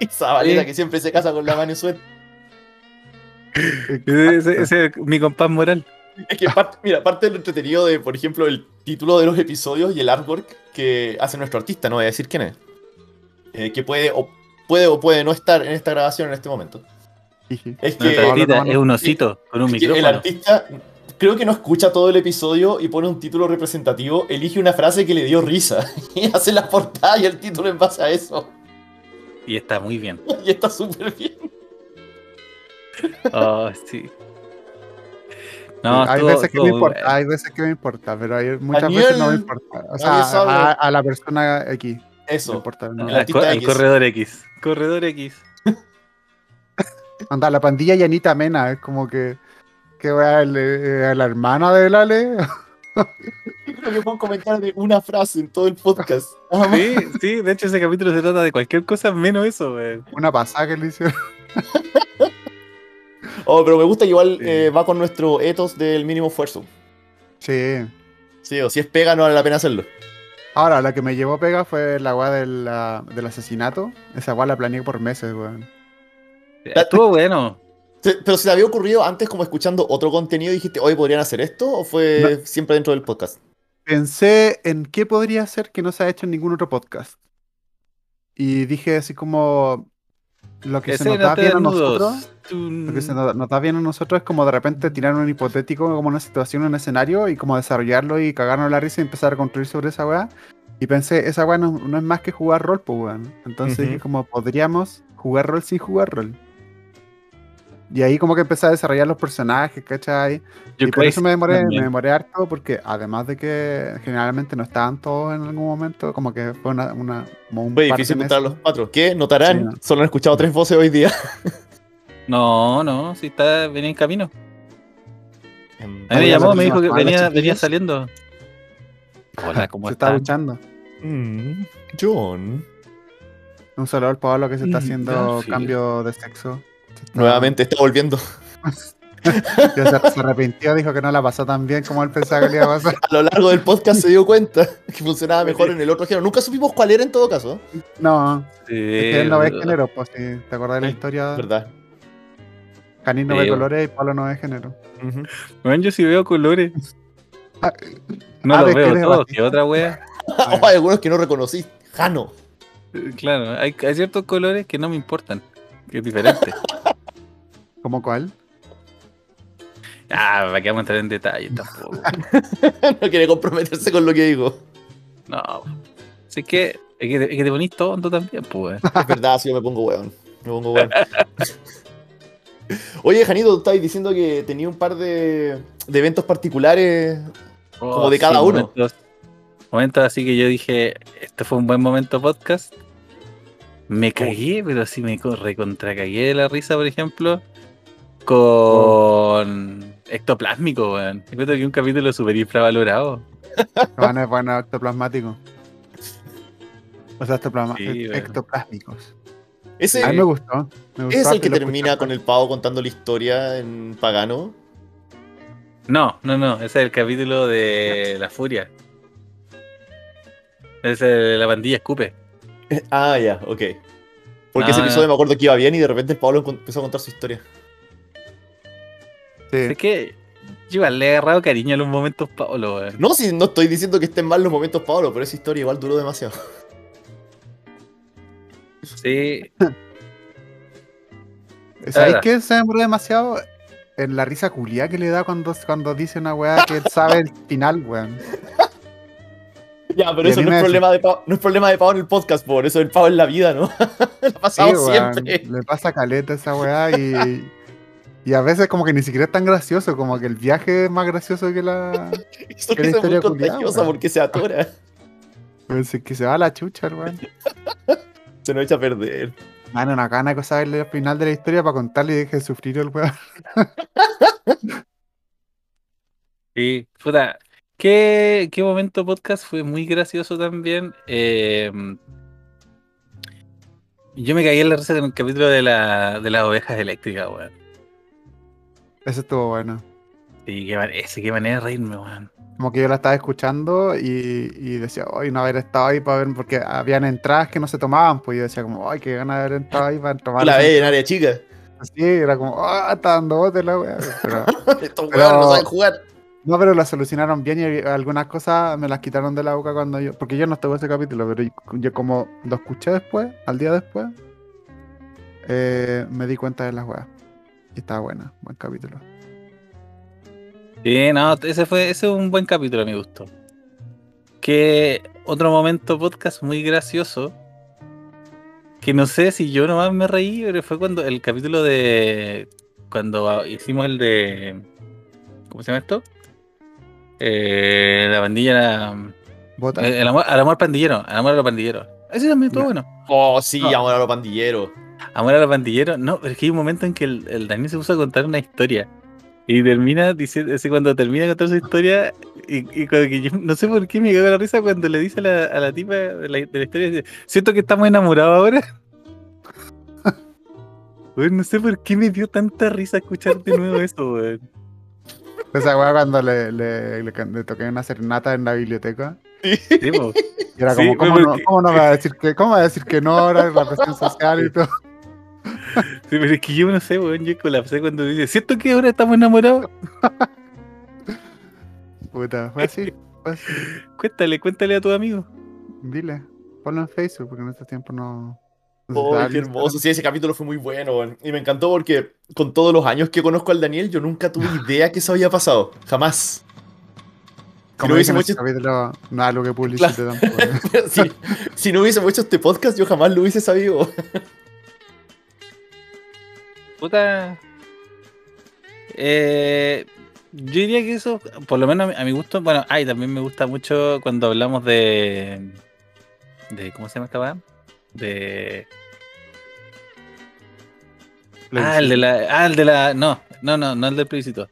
Speaker 2: Y Zabaleta
Speaker 3: Sí.
Speaker 2: que siempre se casa con la mano suelta.
Speaker 3: Ese, ese- ese es mi compás moral.
Speaker 2: Es que parte, mira, parte de lo entretenido de, por ejemplo, el título de los episodios y el artwork que hace nuestro artista, no voy a decir quién es. Eh, que puede o, puede o puede no estar en esta grabación en este momento.
Speaker 1: Jiji.
Speaker 2: Es
Speaker 3: No,
Speaker 2: que,
Speaker 3: esta
Speaker 1: Pablo,
Speaker 3: tita
Speaker 1: no, no.
Speaker 3: es un osito con un
Speaker 2: es que el
Speaker 3: micrófono.
Speaker 2: artista creo que no escucha todo el episodio y pone un título representativo, elige una frase que le dio risa [LAUGHS] y hace la portada y el título en base a eso.
Speaker 3: Y está muy bien.
Speaker 2: [LAUGHS] Y está súper bien.
Speaker 3: Oh, sí. No,
Speaker 1: Eh, hay
Speaker 3: estuvo-
Speaker 1: veces que me
Speaker 3: estuvo muy
Speaker 1: importa, hay veces que me importa, pero hay muchas
Speaker 2: Daniel,
Speaker 1: veces no me importa. O sea,
Speaker 2: nadie sabe.
Speaker 1: a, a la persona aquí no
Speaker 2: Eso.
Speaker 1: importa.
Speaker 3: bueno.
Speaker 1: ¿no?
Speaker 2: el
Speaker 3: La
Speaker 2: artista
Speaker 3: co- el
Speaker 2: X.
Speaker 3: corredor X. Corredor X.
Speaker 1: Anda, la pandilla y Anita Mena, es como que. que wea, el- eh, la hermana de Lale. [LAUGHS]
Speaker 2: Creo que fue un comentario de una frase en todo el podcast.
Speaker 1: [LAUGHS]
Speaker 3: Sí, sí, de hecho ese capítulo se trata de cualquier cosa menos eso, weón.
Speaker 1: Una pasada que le hicieron.
Speaker 2: [LAUGHS] Oh, pero me gusta que igual
Speaker 3: Sí.
Speaker 2: eh, va con nuestro ethos del mínimo esfuerzo.
Speaker 1: Sí.
Speaker 2: Sí, o si es pega, no vale la pena hacerlo.
Speaker 1: Ahora, la que me llevó pega fue la weá del, ah, del asesinato. Esa weá la planeé por meses, weón.
Speaker 3: Estuvo bueno.
Speaker 2: Se- Pero se te había ocurrido antes como escuchando otro contenido y dijiste, oye, ¿podrían hacer esto? ¿O fue siempre dentro del podcast?
Speaker 1: Pensé en qué podría ser que no se ha hecho en ningún otro podcast. Y dije así como. Lo que se nos da
Speaker 3: Escena
Speaker 1: bien a
Speaker 3: desnudos.
Speaker 1: nosotros.
Speaker 3: Tun.
Speaker 1: Lo que
Speaker 2: Mm.
Speaker 1: se nos, nos da bien a nosotros es como de repente tirar un hipotético, como una situación, un escenario, y como desarrollarlo y cagarnos la risa y empezar a construir sobre esa weá. Y pensé, esa weá no, no es más que jugar rol, pues weón. Entonces
Speaker 2: Ujú.
Speaker 1: dije, como podríamos jugar rol sin jugar rol. Y ahí como que empecé a desarrollar los personajes, ¿cachai?
Speaker 3: Yo
Speaker 1: y por eso me demoré, me
Speaker 3: también.
Speaker 1: demoré harto, porque además de que generalmente no estaban todos en algún momento, como que fue una, una como un
Speaker 2: Fue
Speaker 1: par de
Speaker 2: difícil
Speaker 1: meses.
Speaker 2: juntar a los cuatro. ¿Qué? Notarán,
Speaker 1: Sí, no.
Speaker 2: solo han escuchado tres voces hoy [LAUGHS] día.
Speaker 3: No, no, si está, venía en camino.
Speaker 2: Em,
Speaker 3: A mí me
Speaker 1: Había
Speaker 3: llamó,
Speaker 1: la
Speaker 3: me dijo que
Speaker 1: misma mala,
Speaker 3: venía,
Speaker 1: chiquillos.
Speaker 3: venía saliendo. Hola, ¿cómo
Speaker 1: Se está
Speaker 3: estás?
Speaker 1: duchando.
Speaker 2: Mm, John.
Speaker 1: Un saludo al Pablo que se está
Speaker 3: Mm,
Speaker 1: haciendo
Speaker 3: Garfield.
Speaker 1: cambio de sexo. Se está-
Speaker 2: Nuevamente está volviendo.
Speaker 1: [LAUGHS]
Speaker 2: [LAUGHS]
Speaker 1: Ya se, se arrepintió, dijo que no la pasó tan bien como él pensaba que le iba a
Speaker 2: [LAUGHS]
Speaker 1: pasar.
Speaker 2: A lo largo del podcast se dio cuenta [LAUGHS] que funcionaba mejor en el otro género. Nunca supimos cuál era en todo caso. ¿eh?
Speaker 1: No, es que él no ve
Speaker 3: boludo.
Speaker 1: género, pues si te acordás de la
Speaker 2: Sí,
Speaker 1: historia,
Speaker 2: ¿Verdad?
Speaker 1: Canin no ve
Speaker 3: Sí,
Speaker 1: colores y Pablo no ve género.
Speaker 2: Ujú.
Speaker 3: Weón, yo sí veo colores.
Speaker 1: Ah,
Speaker 3: No
Speaker 1: ah,
Speaker 3: los
Speaker 1: ves que
Speaker 3: veo
Speaker 1: eres
Speaker 3: todos,
Speaker 1: bajista.
Speaker 3: que otra wea.
Speaker 2: [LAUGHS] Oh, hay algunos que no reconocí. Jano. [LAUGHS]
Speaker 3: Eh, Claro, hay, hay ciertos colores que no me importan. Que
Speaker 1: [LAUGHS]
Speaker 3: es diferente.
Speaker 1: ¿Cómo cuál?
Speaker 3: Ah, para que vamos a entrar en detalle tampoco.
Speaker 2: no quiere comprometerse con lo que digo.
Speaker 3: No. Así que, es que, te- es que te ponís tonto también, pues.
Speaker 2: Es verdad, si yo me pongo weón. Me pongo weón. [LAUGHS] Oye, Janito, tú estabas diciendo que tenía un par de, de eventos particulares. [LAUGHS] Como de
Speaker 3: sí,
Speaker 2: cada uno.
Speaker 3: Momentos, momentos así que yo dije, este fue un buen momento podcast. Me cagué, pero sí me co- recontra cagué de la risa, por ejemplo, con ectoplásmico, weón. Encuentro que un capítulo súper infravalorado.
Speaker 1: Bueno, es bueno, ectoplasmático. O sea, ectoplasma-
Speaker 3: Sí, bueno.
Speaker 1: ectoplásmicos.
Speaker 2: Ese
Speaker 1: A mí me gustó. me gustó
Speaker 2: es el
Speaker 1: harto
Speaker 2: que
Speaker 1: y lo
Speaker 2: termina
Speaker 1: escuché
Speaker 2: con el pavo contando la historia en pagano.
Speaker 3: No, no, no. Ese es el capítulo de La Furia. Es el de la pandilla escupe.
Speaker 2: [LAUGHS] Ah, ya, ok. Porque
Speaker 3: Ah,
Speaker 2: ese
Speaker 3: ya.
Speaker 2: episodio me acuerdo que iba bien y de repente el Pablo empezó a contar su historia.
Speaker 1: harto. Sí.
Speaker 3: Es que yo igual le he agarrado cariño en los momentos Pablo, weón.
Speaker 2: No, si no estoy diciendo que estén mal los momentos Pablo, pero esa historia igual duró demasiado.
Speaker 3: Sí.
Speaker 1: ¿Sabéis
Speaker 3: Ahora.
Speaker 1: qué se demoró demasiado? En la risa culiá que le da cuando, cuando dice una weá que él sabe el final, weón.
Speaker 2: Ya, pero
Speaker 1: Y a
Speaker 2: eso
Speaker 1: mí
Speaker 2: no
Speaker 1: me
Speaker 2: es,
Speaker 1: def-
Speaker 2: problema de Pavo, no es problema de Pavo en el podcast, por eso es el Pavo en la vida, ¿no? [LAUGHS] Lo ha
Speaker 1: Sí,
Speaker 2: pasado
Speaker 1: weón,
Speaker 2: siempre. [LAUGHS]
Speaker 1: Le pasa caleta esa weá y. Y a veces como que ni siquiera es tan gracioso, como que el viaje es más gracioso que
Speaker 2: [LAUGHS]
Speaker 1: la...
Speaker 2: Eso
Speaker 1: Qué
Speaker 2: que es muy
Speaker 1: historia culiada,
Speaker 2: contagiosa
Speaker 1: weón.
Speaker 2: porque
Speaker 1: [LAUGHS]
Speaker 2: se atora.
Speaker 1: pues, que se va a la chucha, el weón.
Speaker 2: Se nos echa a perder.
Speaker 1: Mano, una gana que saberle el final de la historia para contarle y deje de sufrir el weón. [LAUGHS]
Speaker 3: Sí, puta. ¿Qué, qué momento podcast fue muy gracioso también? Eh, yo me caí en la risa con el capítulo de, la, de las ovejas eléctricas, weón.
Speaker 1: Eso estuvo bueno.
Speaker 3: Sí, qué, man- ese, qué manera de reírme, weón.
Speaker 1: Como que yo la estaba escuchando y, y decía, hoy no haber estado ahí para ver, porque habían entradas que no se tomaban, pues yo decía como, ay, qué ganas de haber entrado ahí para tomar.
Speaker 2: Tú la ves eh, en área chica.
Speaker 1: Sí, era como, ah, está dando bote la weá. Pero-
Speaker 2: Estos
Speaker 1: Pero-
Speaker 2: weones no saben jugar.
Speaker 1: no, pero la solucionaron bien y algunas cosas me las quitaron de la boca cuando yo, porque yo no estuve en ese capítulo, pero yo, yo como lo escuché después, al día después, eh, me di cuenta de las weas. Y estaba buena, buen capítulo.
Speaker 3: Sí, no, ese fue, ese es un buen capítulo a mi gusto. Que otro momento podcast muy gracioso. Que no sé si yo nomás me reí, pero fue cuando el capítulo de. Cuando ah, hicimos el de. ¿Cómo se llama esto? Eh, la pandilla.
Speaker 1: Bota.
Speaker 2: Eh.
Speaker 3: El, el amor, al amor pandillero. Al amor a los pandilleros. Ese también estuvo
Speaker 1: Ya.
Speaker 3: bueno.
Speaker 2: Oh, sí,
Speaker 1: No.
Speaker 2: amor a los pandilleros.
Speaker 3: Amor a los pandilleros. No, pero es que hay un momento en que el, el Daniel se puso a contar una historia. Y termina diciendo, así cuando termina de contar su historia, y, y cuando que yo no sé por qué me cago en la risa cuando le dice a la, a la tipa de la, de la historia, dice, siento que estamos enamorados ahora. [LAUGHS] Weón, no sé por qué me dio tanta risa escuchar de nuevo eso, weón.
Speaker 1: Esa weá cuando le, le, le can- le toqué una serenata en la biblioteca.
Speaker 3: Sí, po.
Speaker 1: Y era
Speaker 3: Sí,
Speaker 1: como, ¿cómo
Speaker 3: pero
Speaker 1: no,
Speaker 3: que-
Speaker 1: cómo
Speaker 2: [LAUGHS]
Speaker 1: no me va a decir que, cómo va a decir que no ahora la cuestión social y todo? [LAUGHS]
Speaker 3: Sí, pero es que yo no sé, weón, yo colapsé cuando dice, siento que ahora estamos enamorados.
Speaker 1: Puta, fue así, fue así.
Speaker 3: Cuéntale, cuéntale a tu amigo.
Speaker 1: Dile, ponlo en Facebook porque en este tiempo no. no se
Speaker 2: Oh,
Speaker 1: da el
Speaker 2: qué hermoso. Sí, ese capítulo fue muy bueno, weón. Y me encantó porque con todos los años que conozco al Daniel, yo
Speaker 1: [LAUGHS]
Speaker 2: nunca tuve idea que eso había pasado. Jamás. [LAUGHS]
Speaker 1: Instagram.
Speaker 2: Si no
Speaker 1: Como dije
Speaker 2: hubiese
Speaker 1: en
Speaker 2: mucho-
Speaker 1: este capítulo, no es algo que publicite tampoco.
Speaker 2: si, si no hubiésemos hecho este podcast, yo jamás lo hubiese sabido. [LAUGHS]
Speaker 3: Puta. Eh, yo diría que eso, por lo menos a mi, a mi gusto, bueno, ay, también me gusta mucho cuando hablamos de. de ¿Cómo se llama esta weá? De. Ah, el de la. Ah, el de la. No, no, no, no el del plebiscito.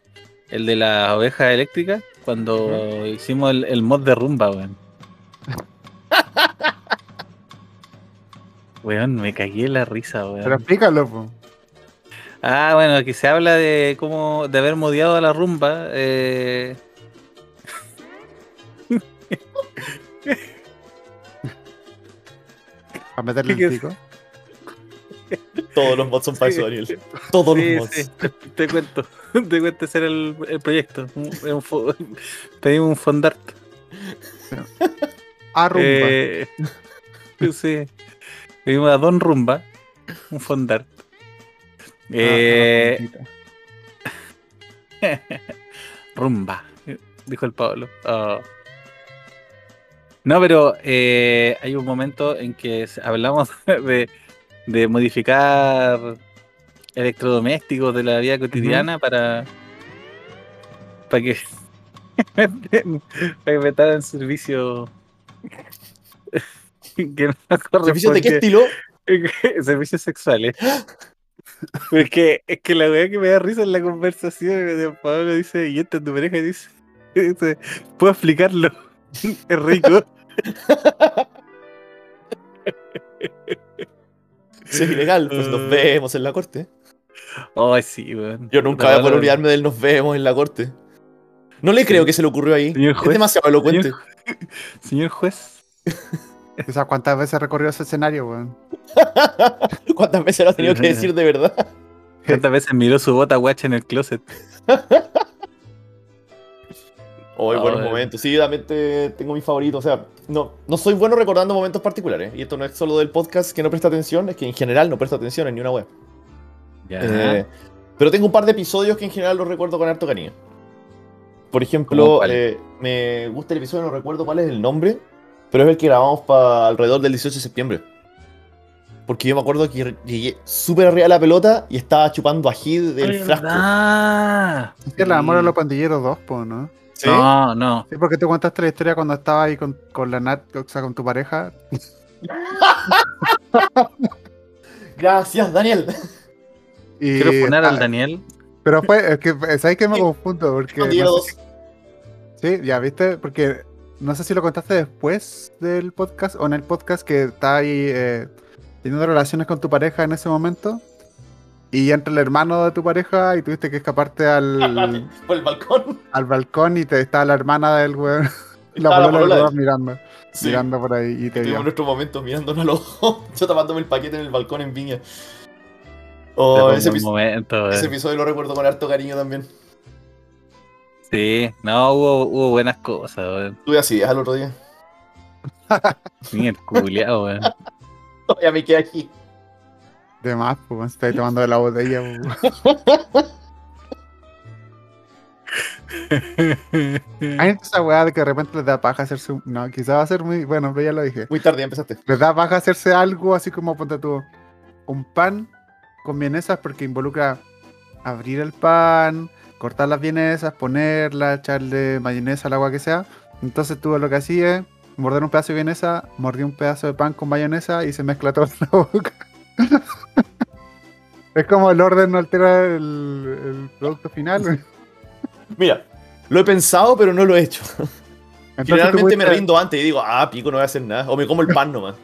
Speaker 3: El de las ovejas eléctricas, cuando hicimos el, el mod de rumba, weón. Weón, me cagué en la risa, weón.
Speaker 1: Pero explícalo, po.
Speaker 3: Ah, bueno, que se habla de cómo de haber modiado a la rumba. eh.
Speaker 1: A meterle
Speaker 3: ¿Qué
Speaker 1: el
Speaker 3: es?
Speaker 1: pico.
Speaker 2: Todos los mods son para eso, Daniel. Todos
Speaker 3: Sí,
Speaker 2: los mods.
Speaker 3: sí, te, te cuento. [LAUGHS] Te cuento ese era el, el proyecto. un- era un fo- [LAUGHS] pedimos un fondart.
Speaker 1: Ah, rumba.
Speaker 3: Eh, [LAUGHS] sí. Pedimos a Don Rumba. Un fondart.
Speaker 1: Ah,
Speaker 3: Eh,
Speaker 1: la rumbita.
Speaker 3: rumba, Eh, dijo el Pablo. Ah. No, pero eh, hay un momento en que s- hablamos [LAUGHS] de, de modificar electrodomésticos de la vida cotidiana para, para que [LAUGHS] para que prestaran servicio [LAUGHS] que no
Speaker 2: ¿Servicios de qué
Speaker 3: corresponde- [LAUGHS]
Speaker 2: estilo?
Speaker 3: servicios sexuales. Pero es que, es que la weá que me da risa en la conversación, de Pablo dice, y esta es tu pareja, y dice, [LAUGHS] y dice, puedo explicarlo, [LAUGHS] es rico.
Speaker 2: si es ilegal, pues nos vemos en la corte.
Speaker 3: Ay, sí, weón.
Speaker 2: Yo nunca voy a
Speaker 3: No,
Speaker 2: poder
Speaker 3: no,
Speaker 2: olvidarme del nos vemos en la corte. No le creo que se le ocurrió ahí.
Speaker 3: Señor
Speaker 2: Es
Speaker 3: juez,
Speaker 2: demasiado elocuente. [LAUGHS]
Speaker 3: señor Señor juez. eh.
Speaker 1: O sea, ¿cuántas veces recorrió ese escenario, weón?
Speaker 2: ¿Cuántas veces lo ha tenido que decir de verdad?
Speaker 3: ¿Cuántas veces miró su bota guacha en el closet?
Speaker 2: Hoy,
Speaker 3: A
Speaker 2: buenos
Speaker 3: ver.
Speaker 2: momentos. Sí, también te- tengo mi favorito. O sea, no, no soy bueno recordando momentos particulares. Y esto no es solo del podcast que no presta atención, es que en general no presta atención en ni una web.
Speaker 3: Ya.
Speaker 2: Eh, pero tengo un par de episodios que en general los recuerdo con harto cariño. Por
Speaker 3: ¿Cómo
Speaker 2: ejemplo,
Speaker 3: cuál?
Speaker 2: eh, me gusta el episodio, no recuerdo cuál es el nombre, pero es el que grabamos para alrededor del 18 de septiembre. Porque yo me acuerdo que re- llegué súper arriba de la pelota y estaba chupando ají del frasco.
Speaker 3: ¿Verdad?
Speaker 1: Es que el amor a
Speaker 2: Sí.
Speaker 1: los pandilleros 2, po, ¿no?
Speaker 2: ¿Sí?
Speaker 3: No, no.
Speaker 1: Sí, porque tú contaste la historia cuando estaba ahí con, con la Nat, o sea, con tu pareja.
Speaker 2: Gracias, Daniel.
Speaker 1: Y
Speaker 3: Quiero poner
Speaker 1: ah,
Speaker 3: al Daniel.
Speaker 1: Pero fue, es que, ¿sabes que me
Speaker 2: Sí.
Speaker 1: confundo? Porque.
Speaker 2: [LAUGHS] Cuando llego
Speaker 1: no sé
Speaker 2: dos.
Speaker 1: Sí, ya viste, porque no sé si lo contaste después del podcast o en el podcast que está ahí eh, teniendo relaciones con tu pareja en ese momento y entra el hermano de tu pareja y tuviste que escaparte al,
Speaker 2: por el balcón.
Speaker 1: al balcón y te está la hermana del weón, la
Speaker 2: Estaba
Speaker 1: polola
Speaker 2: la
Speaker 1: del
Speaker 2: polola
Speaker 1: weón mirando,
Speaker 2: Sí.
Speaker 1: mirando por ahí y te
Speaker 2: Tuvimos
Speaker 1: vio.
Speaker 2: nuestro momento mirándonos al ojo. [LAUGHS] Yo tapándome el paquete en el balcón en Viña.
Speaker 3: Te
Speaker 2: Oh,
Speaker 3: pongo
Speaker 2: ese,
Speaker 3: un
Speaker 2: epi-
Speaker 3: momento,
Speaker 2: ese
Speaker 3: weón.
Speaker 2: episodio lo recuerdo con harto cariño también.
Speaker 3: Sí, no, hubo, hubo buenas cosas, weón.
Speaker 2: Tuve así, al otro día.
Speaker 3: Ni el culiao,
Speaker 2: [LAUGHS]
Speaker 3: weón.
Speaker 2: Todavía me quedé aquí.
Speaker 1: De más, pues, está ahí tomando de la botella. pues. Hay esa weá de que de repente les da paja hacerse un... No, quizá va a ser muy... Bueno, pero ya lo dije.
Speaker 2: Muy tarde ya empezaste.
Speaker 1: les da baja hacerse algo así como ponte tú un pan con vienesas porque involucra abrir el pan, cortar las vienesas, ponerlas, echarle mayonesa al agua que sea. Entonces tú lo que hacía es morder un pedazo de vienesa, mordí un pedazo de pan con mayonesa y se mezcla todo en la boca. [LAUGHS] es como el orden no altera el, el producto final.
Speaker 2: Mira, lo he pensado, pero no lo he hecho.
Speaker 1: Entonces tú
Speaker 2: Generalmente me
Speaker 1: pudiste-
Speaker 2: rindo antes y digo, ah, pico, no voy a hacer nada. O me como el pan [LAUGHS] nomás.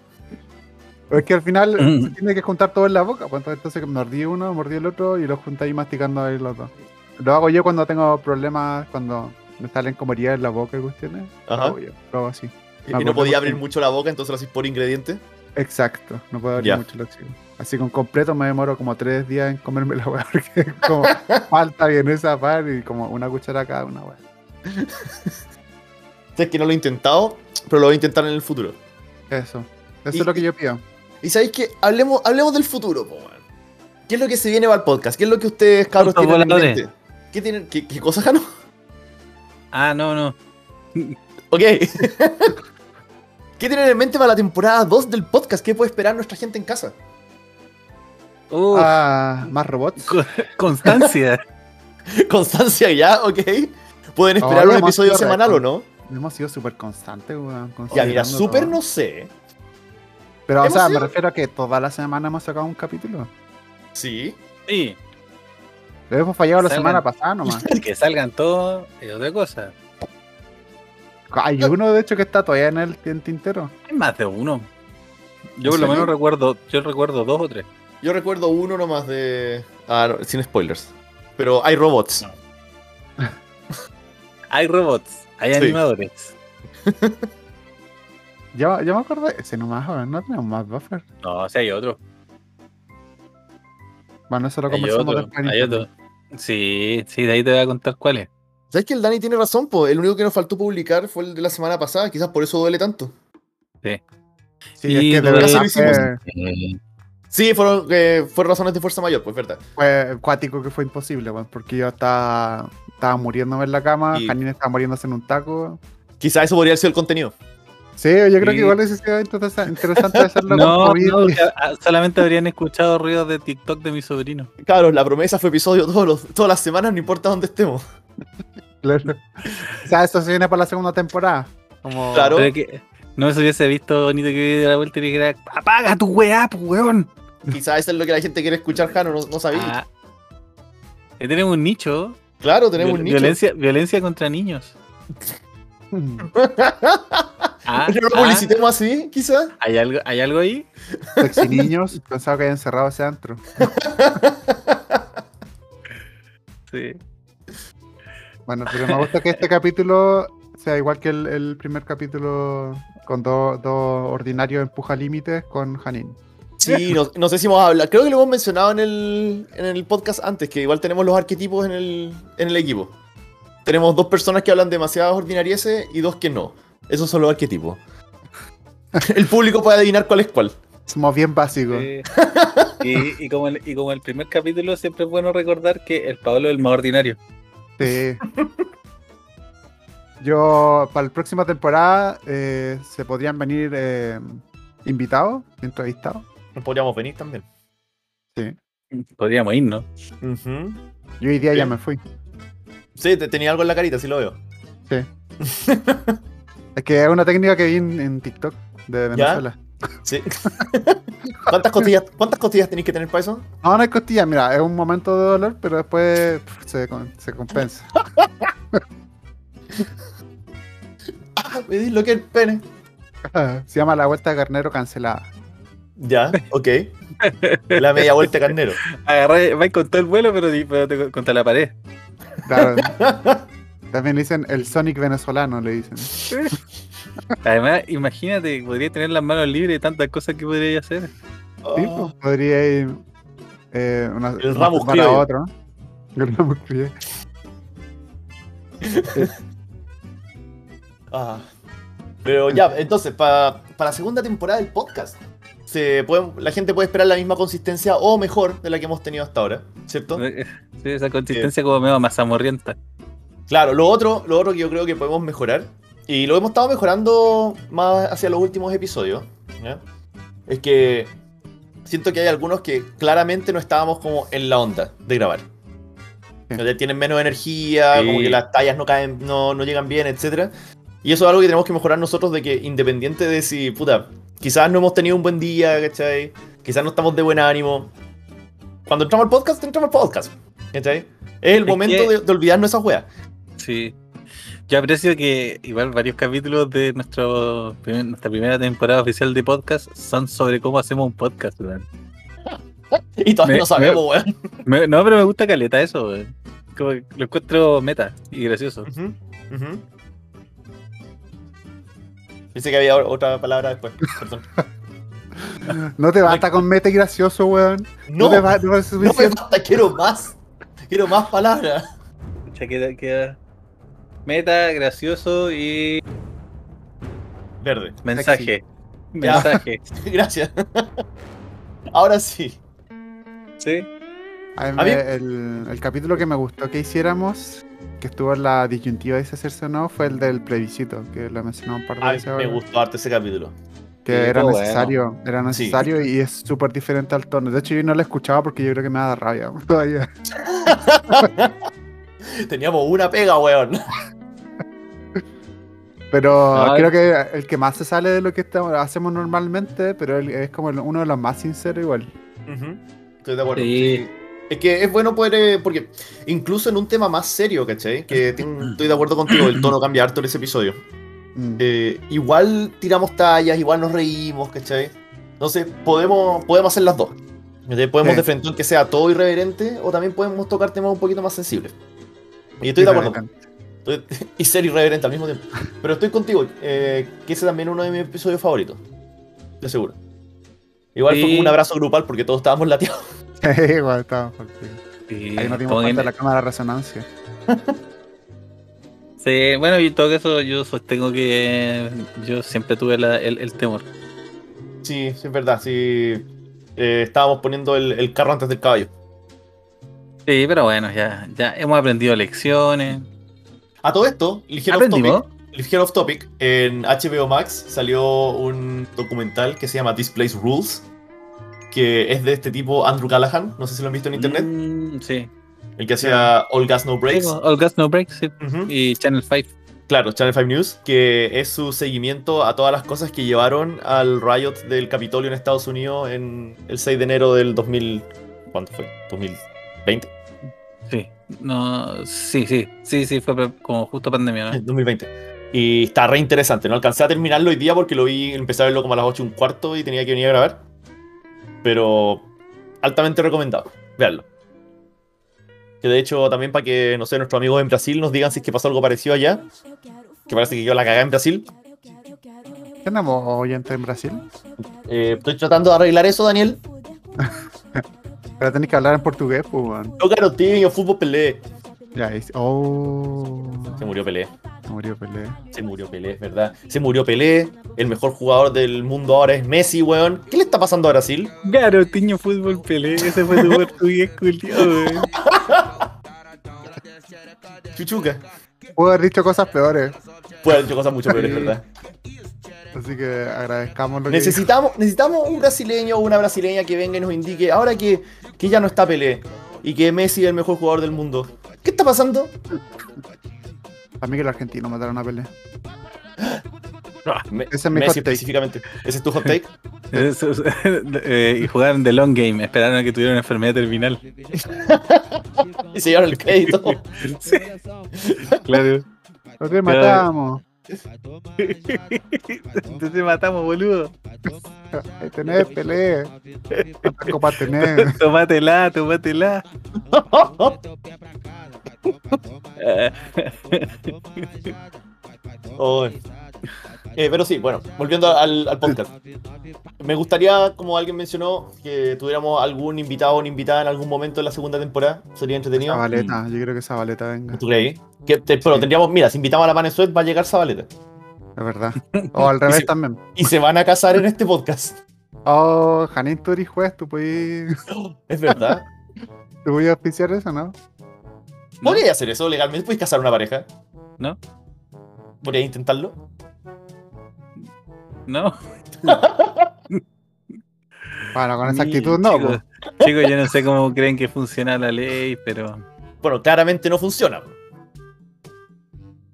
Speaker 1: Es que al final
Speaker 3: Mm.
Speaker 1: se tiene que juntar todo en la boca. pues, Entonces mordí uno, mordí el otro y los junté ahí masticando ahí los dos. Lo hago yo cuando tengo problemas, cuando me salen como heridas en la boca y cuestiones. Lo
Speaker 2: Ajá.
Speaker 1: hago yo, lo hago así.
Speaker 2: Y
Speaker 1: Ah,
Speaker 2: no podía
Speaker 1: porque-
Speaker 2: abrir mucho la boca, entonces lo haces por ingrediente.
Speaker 1: Exacto, no puedo abrir
Speaker 2: Ya.
Speaker 1: mucho los chicos. Así con completo me demoro como tres días en comerme la weá [LAUGHS] porque es como falta bien esa par y como una cuchara cada una weá.
Speaker 2: Es que no lo he intentado, pero lo voy a intentar en el futuro.
Speaker 1: Eso. Eso
Speaker 2: Y-
Speaker 1: es lo que
Speaker 2: y-
Speaker 1: yo pido.
Speaker 2: Y sabéis que hablemos, hablemos del futuro, po, weón. ¿Qué es lo que se viene para el podcast? ¿Qué es lo que ustedes, cabros,
Speaker 3: Puntos
Speaker 2: tienen en
Speaker 3: voladores.
Speaker 2: mente? ¿Qué, tienen, qué, qué cosas ganó? [LAUGHS]
Speaker 3: Ah, no, no.
Speaker 2: [LAUGHS] Ok. ¿Qué tienen en mente para la temporada 2 del podcast? ¿Qué puede esperar nuestra gente en casa?
Speaker 3: Uh,
Speaker 1: Ah, más robots.
Speaker 3: co- constancia.
Speaker 2: Constancia ya, ok. ¿Pueden esperar
Speaker 1: Ahora
Speaker 2: un
Speaker 1: más
Speaker 2: episodio
Speaker 1: correcto.
Speaker 2: semanal o no?
Speaker 1: Hemos sido súper constantes, weón.
Speaker 2: Ya, mira,
Speaker 1: considerando
Speaker 2: súper
Speaker 1: todo.
Speaker 2: no sé.
Speaker 1: Pero, o
Speaker 2: Hemos
Speaker 1: sea,
Speaker 2: sido-
Speaker 1: me refiero a que toda la semana hemos sacado un capítulo.
Speaker 2: Sí.
Speaker 3: [LAUGHS]
Speaker 1: Lo
Speaker 3: Sí,
Speaker 1: hemos fallado la
Speaker 3: Salgan.
Speaker 1: semana pasada
Speaker 3: [LAUGHS]
Speaker 1: nomás.
Speaker 3: que salgan todos es otra cosa.
Speaker 1: Hay uno, de hecho, que está todavía en el en tintero.
Speaker 3: Hay más de uno.
Speaker 2: ¿En
Speaker 3: Yo por
Speaker 2: serio?
Speaker 3: lo menos recuerdo, yo recuerdo dos o tres.
Speaker 2: Yo recuerdo uno nomás de. Ah, no, sin spoilers. Pero hay robots.
Speaker 3: Hay robots, hay
Speaker 2: Sí.
Speaker 3: animadores.
Speaker 1: Yo, yo me acordé. Ese nomás, ahora no tenemos más buffer.
Speaker 3: No, o sea, hay otro.
Speaker 1: Bueno, eso lo
Speaker 3: Hay
Speaker 1: conversamos
Speaker 3: otro,
Speaker 1: después. en
Speaker 3: hay
Speaker 1: internet.
Speaker 3: otro. Sí, sí, de ahí te voy a contar cuáles.
Speaker 2: ¿Sabes que el Dani tiene razón, po? El único que nos faltó publicar fue el de la semana pasada. Quizás por eso duele tanto.
Speaker 1: Sí,
Speaker 3: Y
Speaker 1: es que de
Speaker 3: lo
Speaker 1: verdad
Speaker 3: de-
Speaker 1: pues.
Speaker 2: Casi lo hicimos.
Speaker 1: fue,
Speaker 3: Eh,
Speaker 2: Sí, fueron, eh, fueron razones de fuerza mayor, pues, verdad.
Speaker 1: fue cuático que fue imposible, weón, porque yo estaba, estaba muriéndome en la cama,
Speaker 2: Y-
Speaker 1: Janine estaba muriéndose en un taco.
Speaker 2: Quizás eso podría haber sido el contenido.
Speaker 1: Sí, yo creo
Speaker 3: Sí.
Speaker 1: que igual hubiese sido interesa- interesante [LAUGHS] hacerlo con
Speaker 3: No,
Speaker 1: COVID.
Speaker 3: no, porque, ah, solamente habrían escuchado ruidos de TikTok de mi sobrino.
Speaker 2: Claro, la promesa fue episodio todos los- todas las semanas, no importa dónde estemos.
Speaker 1: Claro. O sea, eso se viene para la segunda [LAUGHS] temporada. Como...
Speaker 2: Oh. Claro.
Speaker 3: Oh, Pero que no se hubiese visto bonito que de la vuelta y dijera, apaga tu weá, pues, weón.
Speaker 2: Quizás eso es lo que la gente quiere escuchar, Jano, no, no sabía.
Speaker 3: Ah. Ahí tenemos un nicho.
Speaker 2: claro, tenemos
Speaker 3: Viol-
Speaker 2: un nicho.
Speaker 3: Violencia, violencia contra niños. [LAUGHS] Ah,
Speaker 2: ¿Yo lo
Speaker 3: ah,
Speaker 2: publicitemos así, quizás?
Speaker 3: ¿hay, algo, ¿Hay algo ahí?
Speaker 1: Sexy niños, pensaba que habían cerrado ese antro.
Speaker 3: Sí.
Speaker 1: Bueno, pero me gusta que este capítulo sea igual que el, el primer capítulo con dos dos ordinarios empuja límites con Hanin.
Speaker 2: [LAUGHS] Sí, no, no sé si hemos hablado. Creo que lo hemos mencionado en el, en el podcast antes, que igual tenemos los arquetipos en el, en el equipo. Tenemos dos personas que hablan demasiadas ordinarieces y dos que no. Esos son los arquetipos. [LAUGHS] El público puede adivinar cuál es cuál.
Speaker 1: Somos bien básicos.
Speaker 3: Sí. Y, y como el, y como el primer capítulo, siempre es bueno recordar que el Pablo es el más ordinario.
Speaker 1: Sí. Yo, para la próxima temporada, eh, se podrían venir eh, invitados, entrevistados.
Speaker 2: Nos podríamos venir también.
Speaker 3: Podríamos ir, ¿no?
Speaker 2: Ujú.
Speaker 1: Yo hoy día ya
Speaker 2: Sí.
Speaker 1: me fui.
Speaker 2: Sí, te- tenía algo en la carita, sí lo veo.
Speaker 1: Es que es una técnica que vi en, en TikTok de Venezuela.
Speaker 2: Sí. [LAUGHS] ¿Cuántas costillas, cuántas costillas tenéis que tener para eso?
Speaker 1: No, no hay costilla, mira, es un momento de dolor, pero después pff, se, con- se compensa.
Speaker 2: Ah, me di lo que es el pene.
Speaker 1: [LAUGHS] se llama la vuelta de carnero cancelada.
Speaker 2: Ya, ok. La media vuelta carnero.
Speaker 3: Agarré, vais con todo el vuelo, pero, di- pero te- contra la pared.
Speaker 2: [LAUGHS]
Speaker 1: Claro. También le dicen el Sonic venezolano, le dicen.
Speaker 3: Además, imagínate, podría tener las manos libres de tantas cosas que podría hacer.
Speaker 1: Sí, pues, podría ir eh, una,
Speaker 2: Oh. El
Speaker 1: una
Speaker 2: Ramos
Speaker 1: semana a
Speaker 2: Criollo.
Speaker 1: otra, ¿no? El Ramos Criollo.
Speaker 2: Ah. Pero ya, entonces, pa- para la segunda temporada del podcast, se pueden- la gente puede esperar la misma consistencia o mejor de la que hemos tenido hasta ahora, ¿cierto?
Speaker 3: Sí, esa consistencia como medio mazamorrienta.
Speaker 2: Claro, lo otro, lo otro que yo creo que podemos mejorar, y lo hemos estado mejorando más hacia los últimos episodios, ¿ya? es que siento que hay algunos que claramente no estábamos como en la onda de grabar.
Speaker 1: Sí.
Speaker 2: O sea, Tienen menos energía,
Speaker 3: Sí.
Speaker 2: como que las tallas no caen, no, no llegan bien, etc. Y eso es algo que tenemos que mejorar nosotros de que independiente de si, puta, quizás no hemos tenido un buen día, ¿cachai? Quizás no estamos de buen ánimo. Cuando entramos al podcast, entramos al podcast, ¿cachai? Es el
Speaker 3: Es
Speaker 2: momento
Speaker 3: que-
Speaker 2: de, de olvidarnos esas weas.
Speaker 3: Sí. Yo aprecio que igual varios capítulos de nuestro primer- nuestra primera temporada oficial de podcast son sobre cómo hacemos un podcast, weón.
Speaker 2: Y todavía
Speaker 3: Me-
Speaker 2: no sabemos, weón.
Speaker 3: Me- No, pero me gusta caleta eso, weón. Como que lo encuentro meta y gracioso.
Speaker 2: Dice que había otra palabra después, [LAUGHS] perdón.
Speaker 1: No te basta con mete gracioso, weón.
Speaker 2: No,
Speaker 1: te
Speaker 2: no,
Speaker 1: basta, no es
Speaker 2: me
Speaker 1: suficiente.
Speaker 2: basta, quiero más. Quiero más palabras.
Speaker 3: Pucha, queda, queda meta, gracioso y
Speaker 2: Verde.
Speaker 3: mensaje.
Speaker 2: Ya.
Speaker 3: Mensaje.
Speaker 2: [LAUGHS] Gracias. Ahora sí.
Speaker 3: [LAUGHS] Sí.
Speaker 1: A mí
Speaker 2: A mí-
Speaker 1: me- el, el capítulo que me gustó que hiciéramos, que estuvo en la disyuntiva de si hacerse o no, fue el del plebiscito, que lo mencionó un par de
Speaker 2: Ay,
Speaker 1: veces
Speaker 2: me
Speaker 1: ahora,
Speaker 2: gustó harto ese capítulo.
Speaker 1: Que
Speaker 3: Sí,
Speaker 1: era
Speaker 3: bueno.
Speaker 1: necesario, era necesario y es súper diferente al tono. De hecho, yo no lo escuchaba porque yo creo que me da rabia todavía.
Speaker 2: Teníamos una pega, weón.
Speaker 1: Pero
Speaker 3: Ay.
Speaker 1: creo que el que más se sale de lo que estamos- hacemos normalmente, pero el- es como el- uno de los más sinceros igual.
Speaker 2: Estoy de acuerdo.
Speaker 3: Sí.
Speaker 2: sí. Es que es bueno poder, eh, porque incluso en un tema más serio,
Speaker 3: [CLEARS THROAT]
Speaker 2: ¿cachai? Que tiene- estoy de acuerdo contigo, el tono cambia harto en ese episodio.
Speaker 1: Mm.
Speaker 2: Eh, igual tiramos tallas, igual nos reímos, ¿cachai? Entonces, podemos, podemos hacer las dos. ¿Cachai? Podemos
Speaker 1: Sí.
Speaker 2: de frente que sea todo irreverente o también podemos tocar temas un poquito más sensibles. Y estoy de acuerdo. Estoy- [LAUGHS] y ser irreverente al mismo tiempo. Pero estoy contigo, eh, que ese también es uno de mis episodios favoritos. De seguro. Igual fue
Speaker 3: Sí.
Speaker 2: como un abrazo grupal porque todos estábamos lateados. [LAUGHS]
Speaker 1: [LAUGHS] Sí, igual estábamos partidos.
Speaker 3: Sí,
Speaker 1: Ahí no dimos
Speaker 3: como que
Speaker 1: cuenta
Speaker 3: me-
Speaker 1: de la cámara de resonancia.
Speaker 3: Sí, bueno, y en todo eso yo sostengo que yo siempre tuve la- el, el temor.
Speaker 2: Sí, sí, es verdad. Sí. Eh, estábamos poniendo el, el carro antes del caballo.
Speaker 3: Sí, pero bueno, ya, ya hemos aprendido lecciones.
Speaker 2: A todo esto, ligero off topic.
Speaker 3: Aprendimos.
Speaker 2: Ligero off topic, en HBO Max salió un documental que se llama Displays Rules, que es de este tipo Andrew Callahan, no sé si lo han visto en internet,
Speaker 3: Mm, sí.
Speaker 2: el que hacía All Gas No Breaks.
Speaker 3: Sí, All Gas No Breaks sí.
Speaker 2: Ujú.
Speaker 3: y Channel 5.
Speaker 2: Claro, Channel 5 News, que es su seguimiento a todas las cosas que llevaron al riot del Capitolio en Estados Unidos en el 6 de enero del 2000... ¿Cuánto fue? ¿2020? Ah,
Speaker 3: [LAUGHS] Sí. No, sí, sí, sí, sí, fue pre- como justo pandemia, ¿no?
Speaker 2: 2020. Y está re interesante. No alcancé a terminarlo hoy día porque lo vi, empecé a verlo como a las 8 y un cuarto y tenía que venir a grabar. Pero altamente recomendado. Veanlo. Que de hecho, también para que, no sé, nuestros amigos en Brasil nos digan si es que pasó algo parecido allá. Que parece que yo la cagué en Brasil.
Speaker 1: ¿Qué andamos oyentes en Brasil?
Speaker 2: Eh, estoy tratando de arreglar eso, Daniel.
Speaker 1: Pero tenés que hablar en portugués, pues, weón.
Speaker 2: Yo garotinho, fútbol Pelé.
Speaker 1: Ya, ahí sí. Oh,
Speaker 2: Se murió Pelé.
Speaker 1: se murió Pelé.
Speaker 2: Se murió Pelé, es verdad. Se murió Pelé. El mejor jugador del mundo ahora es Messi, weón. ¿Qué le está pasando a Brasil?
Speaker 3: Garotinho Fútbol Pelé, ese [LAUGHS] fue tu portugués culiado, weón.
Speaker 2: Chuchuca.
Speaker 1: Puedo haber dicho cosas peores,
Speaker 2: Puede haber hecho cosas mucho peores, ¿verdad?
Speaker 1: así que agradezcamos lo que
Speaker 2: Necesitamos, necesitamos un brasileño o una brasileña que venga y nos indique ahora que, que ya no está Pelé y que Messi es el mejor jugador del mundo. ¿Qué está pasando?
Speaker 1: dijo. A mí que los argentinos mataron a Pelé.
Speaker 2: Me-
Speaker 1: Ese es mi
Speaker 2: Messi
Speaker 1: hot take.
Speaker 2: específicamente. ¿Ese es tu hot take?
Speaker 3: Eso, [LAUGHS] eso, eh, y jugaron de long game, esperaron a que tuviera una enfermedad terminal.
Speaker 2: Y se llevaron
Speaker 1: [LAUGHS]
Speaker 2: el crédito.
Speaker 3: Sí. Claro.
Speaker 1: Lo que matamos.
Speaker 3: Entonces matamos, [LAUGHS] boludo.
Speaker 1: Ahí Eh, tenés, Pelé. Tanta copa
Speaker 3: [LAUGHS]
Speaker 1: tenés.
Speaker 3: Tómatela, [LAUGHS] tómatela. Eh,
Speaker 2: Oh. Eh, pero sí, bueno, volviendo al, al podcast. Me gustaría, como alguien mencionó, que tuviéramos algún invitado o una invitada en algún momento de la segunda temporada. Sería entretenido.
Speaker 1: Zabaleta, yo creo que Zabaleta venga.
Speaker 2: ¿Tú crees? Que te- pero
Speaker 1: Sí.
Speaker 2: tendríamos, mira, si invitamos a la Panesuet va a llegar Zabaleta.
Speaker 1: Es
Speaker 2: [LAUGHS]
Speaker 1: verdad. O al
Speaker 2: Y
Speaker 1: revés
Speaker 2: si-
Speaker 1: también.
Speaker 2: Y se van a casar en este podcast.
Speaker 1: Oh, Janín, tú eres juez, tú puedes, [LAUGHS]
Speaker 2: Es verdad.
Speaker 1: tú puedes auspiciar eso, ¿no?
Speaker 2: ¿Podrías hacer eso legalmente? ¿Puedes casar a una pareja?
Speaker 3: No.
Speaker 2: ¿Podrías intentarlo?
Speaker 3: No.
Speaker 1: Bueno, con esa
Speaker 3: Ni-
Speaker 1: actitud no. pues.
Speaker 3: Chicos,
Speaker 1: po.
Speaker 3: chicos, yo no sé cómo creen que funciona la ley, pero.
Speaker 2: Bueno, claramente no funciona.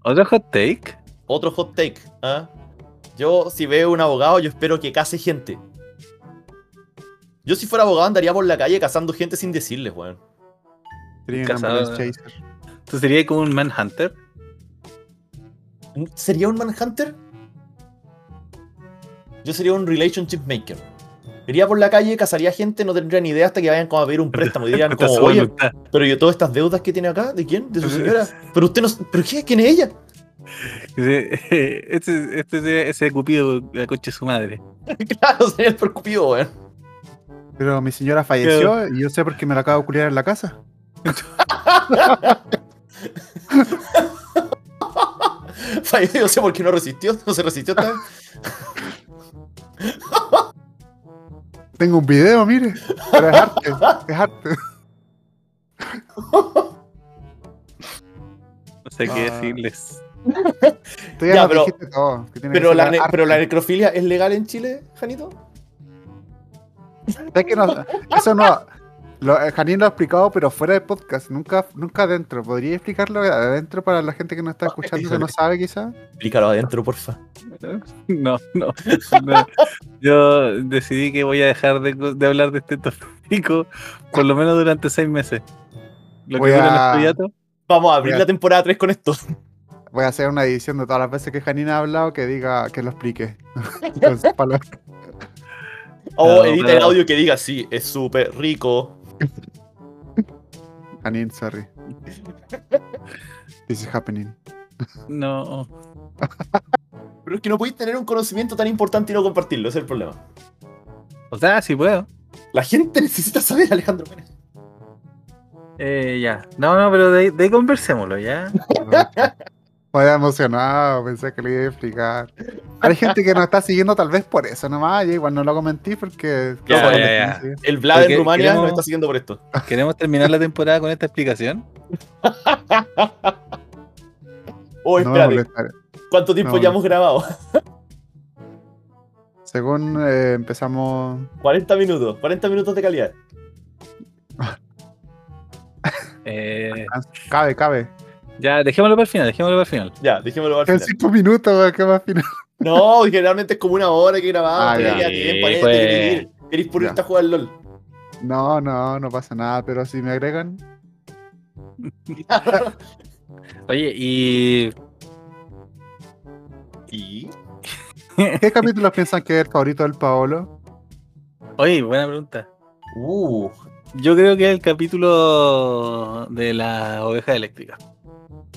Speaker 3: ¿Otro hot take?
Speaker 2: Otro hot take. ¿ah? Yo, si veo un abogado, yo espero que case gente. Yo, si fuera abogado, andaría por la calle cazando gente sin decirles, weón.
Speaker 1: Sería un
Speaker 3: Casado,
Speaker 1: ambulance chaser.
Speaker 3: ¿Tú serías como un manhunter?
Speaker 2: ¿Sería un manhunter? Yo sería un relationship maker. Iría por la calle, cazaría gente, no tendría ni idea hasta que vayan como a pedir un préstamo y dirían
Speaker 3: Contra
Speaker 2: como,
Speaker 3: su
Speaker 2: oye,
Speaker 3: voluntad.
Speaker 2: pero yo todas estas deudas que tiene acá, ¿de quién? ¿De su señora? Pero usted no... ¿Pero qué? ¿Quién es ella?
Speaker 3: [LAUGHS] Ese- Este, este, ese cupido, la coche su madre.
Speaker 2: [LAUGHS] Claro, sería el preocupido, weón.
Speaker 1: Pero mi señora falleció y yo sé por qué me la acabo de culiar en la casa.
Speaker 2: Falleció, no sé por qué no resistió, no se
Speaker 1: [LAUGHS]
Speaker 2: resistió tan.
Speaker 1: Tengo un video, mire. Pero es arte, es arte.
Speaker 3: No sé qué
Speaker 1: Ah.
Speaker 3: decirles. [LAUGHS]
Speaker 1: Tú ya,
Speaker 2: Ya,
Speaker 1: nos
Speaker 2: pero-
Speaker 1: dijiste todo. que tiene que
Speaker 2: Pero
Speaker 1: ser
Speaker 2: la, ne-
Speaker 1: arte.
Speaker 2: pero la necrofilia es legal en Chile, Janito?
Speaker 1: Es que no- eso no. Lo, eh, Janine lo ha explicado, pero fuera de podcast, nunca, nunca adentro. ¿Podría explicarlo adentro para la gente que no está
Speaker 2: Ah,
Speaker 1: escuchando, que no sabe quizás?
Speaker 2: Explícalo adentro, porfa.
Speaker 3: No, no, no. Yo decidí que voy a dejar de, co- de hablar de este tópico por lo menos durante seis meses. Lo
Speaker 1: Voy
Speaker 3: que duran
Speaker 1: a-
Speaker 3: los proyectos.
Speaker 2: Vamos a abrir
Speaker 1: Ya.
Speaker 2: la temporada 3 con esto.
Speaker 1: Voy a hacer una edición de todas las veces que Janine ha hablado que diga que lo explique. [LAUGHS] Con sus palabras.
Speaker 2: O
Speaker 3: Claro,
Speaker 2: edita el
Speaker 3: claro.
Speaker 2: audio que diga, sí, es súper rico.
Speaker 1: Janine, sorry. This is happening.
Speaker 3: No.
Speaker 2: Pero es que no podéis tener un conocimiento tan importante y no compartirlo, ese es el problema.
Speaker 3: O sea, sí puedo.
Speaker 2: La gente [LAUGHS] necesita saber, Alejandro Pérez.
Speaker 3: Eh, ya. No, no, pero de, ahí- de ahí conversémoslo, ¿ya?
Speaker 1: Estaba emocionado, pensé que le iba a explicar. Hay gente que nos está siguiendo tal vez por eso nomás, yo igual no lo comenté porque...
Speaker 2: Ya,
Speaker 1: Claro,
Speaker 3: ya,
Speaker 1: me
Speaker 3: ya.
Speaker 1: están siguiendo.
Speaker 2: El Vlad
Speaker 3: Porque
Speaker 2: en Rumania
Speaker 3: queremos-
Speaker 2: nos está siguiendo por esto.
Speaker 3: [LAUGHS] ¿Queremos terminar la temporada con esta explicación?
Speaker 2: Oh,
Speaker 1: No me
Speaker 2: espérate,
Speaker 1: molestaré.
Speaker 2: ¿cuánto tiempo
Speaker 1: no,
Speaker 2: ya
Speaker 1: no.
Speaker 2: hemos grabado? [LAUGHS]
Speaker 1: Según eh, empezamos...
Speaker 2: 40 minutos, 40 minutos de calidad.
Speaker 3: Eh,
Speaker 1: Cabe, cabe.
Speaker 3: ya, dejémoslo para el final, dejémoslo para el final.
Speaker 2: Ya, dejémoslo al
Speaker 1: En
Speaker 2: final.
Speaker 1: cinco minutos, weón, ¿qué más final?
Speaker 2: No, generalmente es como una hora que grabamos.
Speaker 1: Ah,
Speaker 2: te
Speaker 1: ya.
Speaker 2: queda tiempo,
Speaker 3: Sí,
Speaker 2: eh,
Speaker 3: pues.
Speaker 2: te querés ir. Querés por
Speaker 1: Ya.
Speaker 2: irte a jugar al LOL.
Speaker 1: No, no, no pasa nada, pero si me agregan...
Speaker 3: Oye, y.
Speaker 1: ¿Qué capítulos piensan que es el favorito del Paolo?
Speaker 3: Oye, buena pregunta.
Speaker 2: Uh,
Speaker 3: Yo creo que es el capítulo de la oveja eléctrica.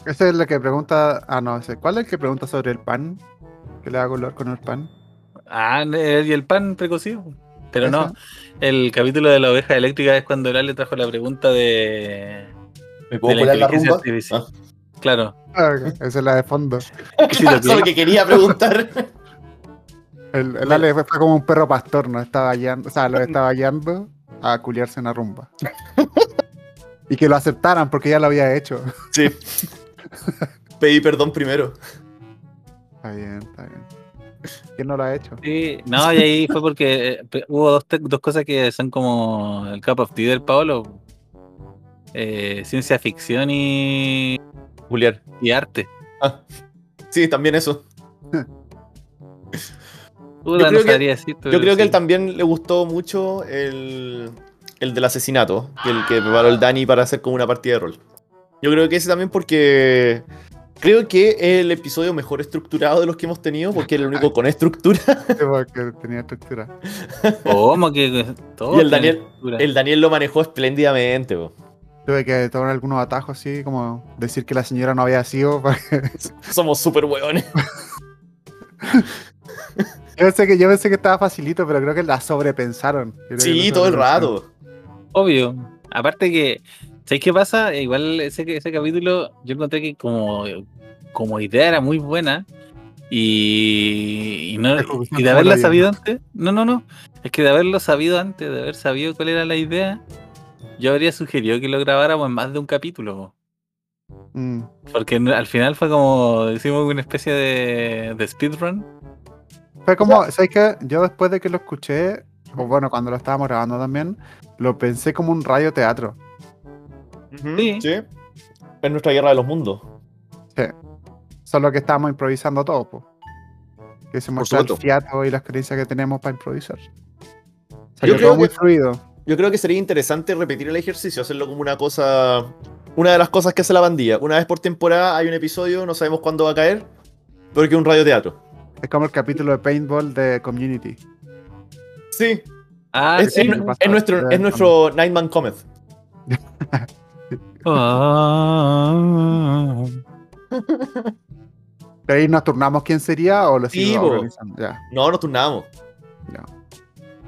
Speaker 1: Ese es el que pregunta. Ah, no, ese. ¿Cuál es el que pregunta sobre el pan? Que le da color con el pan.
Speaker 3: Ah, eh, y el pan precocido. Pero
Speaker 1: ¿Ese?
Speaker 3: no, el capítulo de la oveja eléctrica es cuando Oral le trajo la pregunta de.
Speaker 2: ¿Me puedo
Speaker 3: de
Speaker 2: colar la rumba?
Speaker 3: artificial. Claro.
Speaker 1: Ah, ok, [LAUGHS] Esa es la de fondo.
Speaker 3: [LAUGHS] Sí, lo
Speaker 2: Eso es lo que quería preguntar. [LAUGHS]
Speaker 1: El, el Ale fue como un perro pastor, ¿no? Estaba guiando, o sea,
Speaker 2: Mm.
Speaker 1: lo estaba guiando a culiarse una rumba. [LAUGHS] y que lo aceptaran porque ya lo había hecho. [LAUGHS]
Speaker 2: sí. Pedí perdón primero.
Speaker 1: Está bien, está bien. ¿Quién no lo ha
Speaker 2: [LAUGHS]
Speaker 1: hecho?
Speaker 3: Sí, no, y ahí fue porque eh, pe- hubo dos, te- dos cosas que son como el Cup of Tea del Paolo. Eh, ciencia ficción y,
Speaker 2: Julián.
Speaker 3: y arte.
Speaker 2: Sí, también eso.
Speaker 3: Puta, no
Speaker 2: creo que-
Speaker 3: sabría decir, pero
Speaker 2: Yo creo que
Speaker 3: sí.
Speaker 2: él también le gustó mucho el, el del asesinato, que el que preparó el Dani para hacer como una partida de rol. Yo creo que ese también porque creo que es el episodio mejor estructurado de los que hemos tenido, porque es el único con estructura.
Speaker 1: Porque tenía estructura.
Speaker 3: ¿Cómo que todo
Speaker 2: [LAUGHS] Y el
Speaker 3: tiene
Speaker 2: Daniel-
Speaker 3: estructura.
Speaker 2: El Daniel lo manejó espléndidamente. po.
Speaker 1: Tuve que tomar algunos atajos así, como decir que la señora no había sido. [LAUGHS] para que-
Speaker 2: Somos súper hueones.
Speaker 1: Yo pensé, que, yo pensé que estaba facilito, pero creo que la sobrepensaron. Creo que
Speaker 2: Sí,
Speaker 1: la
Speaker 2: todo el
Speaker 1: sobrepensaron.
Speaker 2: rato.
Speaker 3: Obvio. Aparte que, ¿sabéis qué pasa? Igual ese, ese capítulo yo encontré que como, como idea era muy buena y, y no,
Speaker 1: Es como que
Speaker 3: y de
Speaker 1: no
Speaker 3: haberla
Speaker 1: la
Speaker 3: sabido antes, no, no, no, es que de haberlo sabido antes, de haber sabido cuál era la idea, yo habría sugerido que lo grabáramos en más de un capítulo. po.
Speaker 1: Mm.
Speaker 3: Porque no- al final fue como, hicimos una especie de, de speedrun.
Speaker 1: Fue como, ¿sabes qué? Yo después de que lo escuché, o bueno, cuando lo estábamos grabando también, lo pensé como un radio teatro.
Speaker 2: Ujú,
Speaker 3: Sí.
Speaker 2: sí. Es nuestra guerra de los mundos.
Speaker 1: Solo que estábamos improvisando todo, po. Que se muestra el
Speaker 2: supuesto.
Speaker 1: fiato y la experiencia que tenemos para improvisar.
Speaker 2: Yo
Speaker 1: Salió
Speaker 2: creo
Speaker 1: todo muy
Speaker 2: que-
Speaker 1: fluido.
Speaker 2: Yo creo que sería interesante repetir el ejercicio, hacerlo como una cosa. Una de las cosas que hace la bandilla. Una vez por temporada hay un episodio, no sabemos cuándo va a caer, pero que es un radioteatro.
Speaker 1: Es como el capítulo de paintball de Community.
Speaker 2: Sí,
Speaker 3: Ah,
Speaker 2: es,
Speaker 3: sí.
Speaker 2: es-
Speaker 1: no.
Speaker 2: es nuestro, es nuestro Nightman Comet.
Speaker 3: Ah.
Speaker 1: De ahí nos turnamos quién sería o lo
Speaker 2: Sí,
Speaker 1: sigo
Speaker 2: po.
Speaker 1: organizando. Ya.
Speaker 2: No, nos turnamos.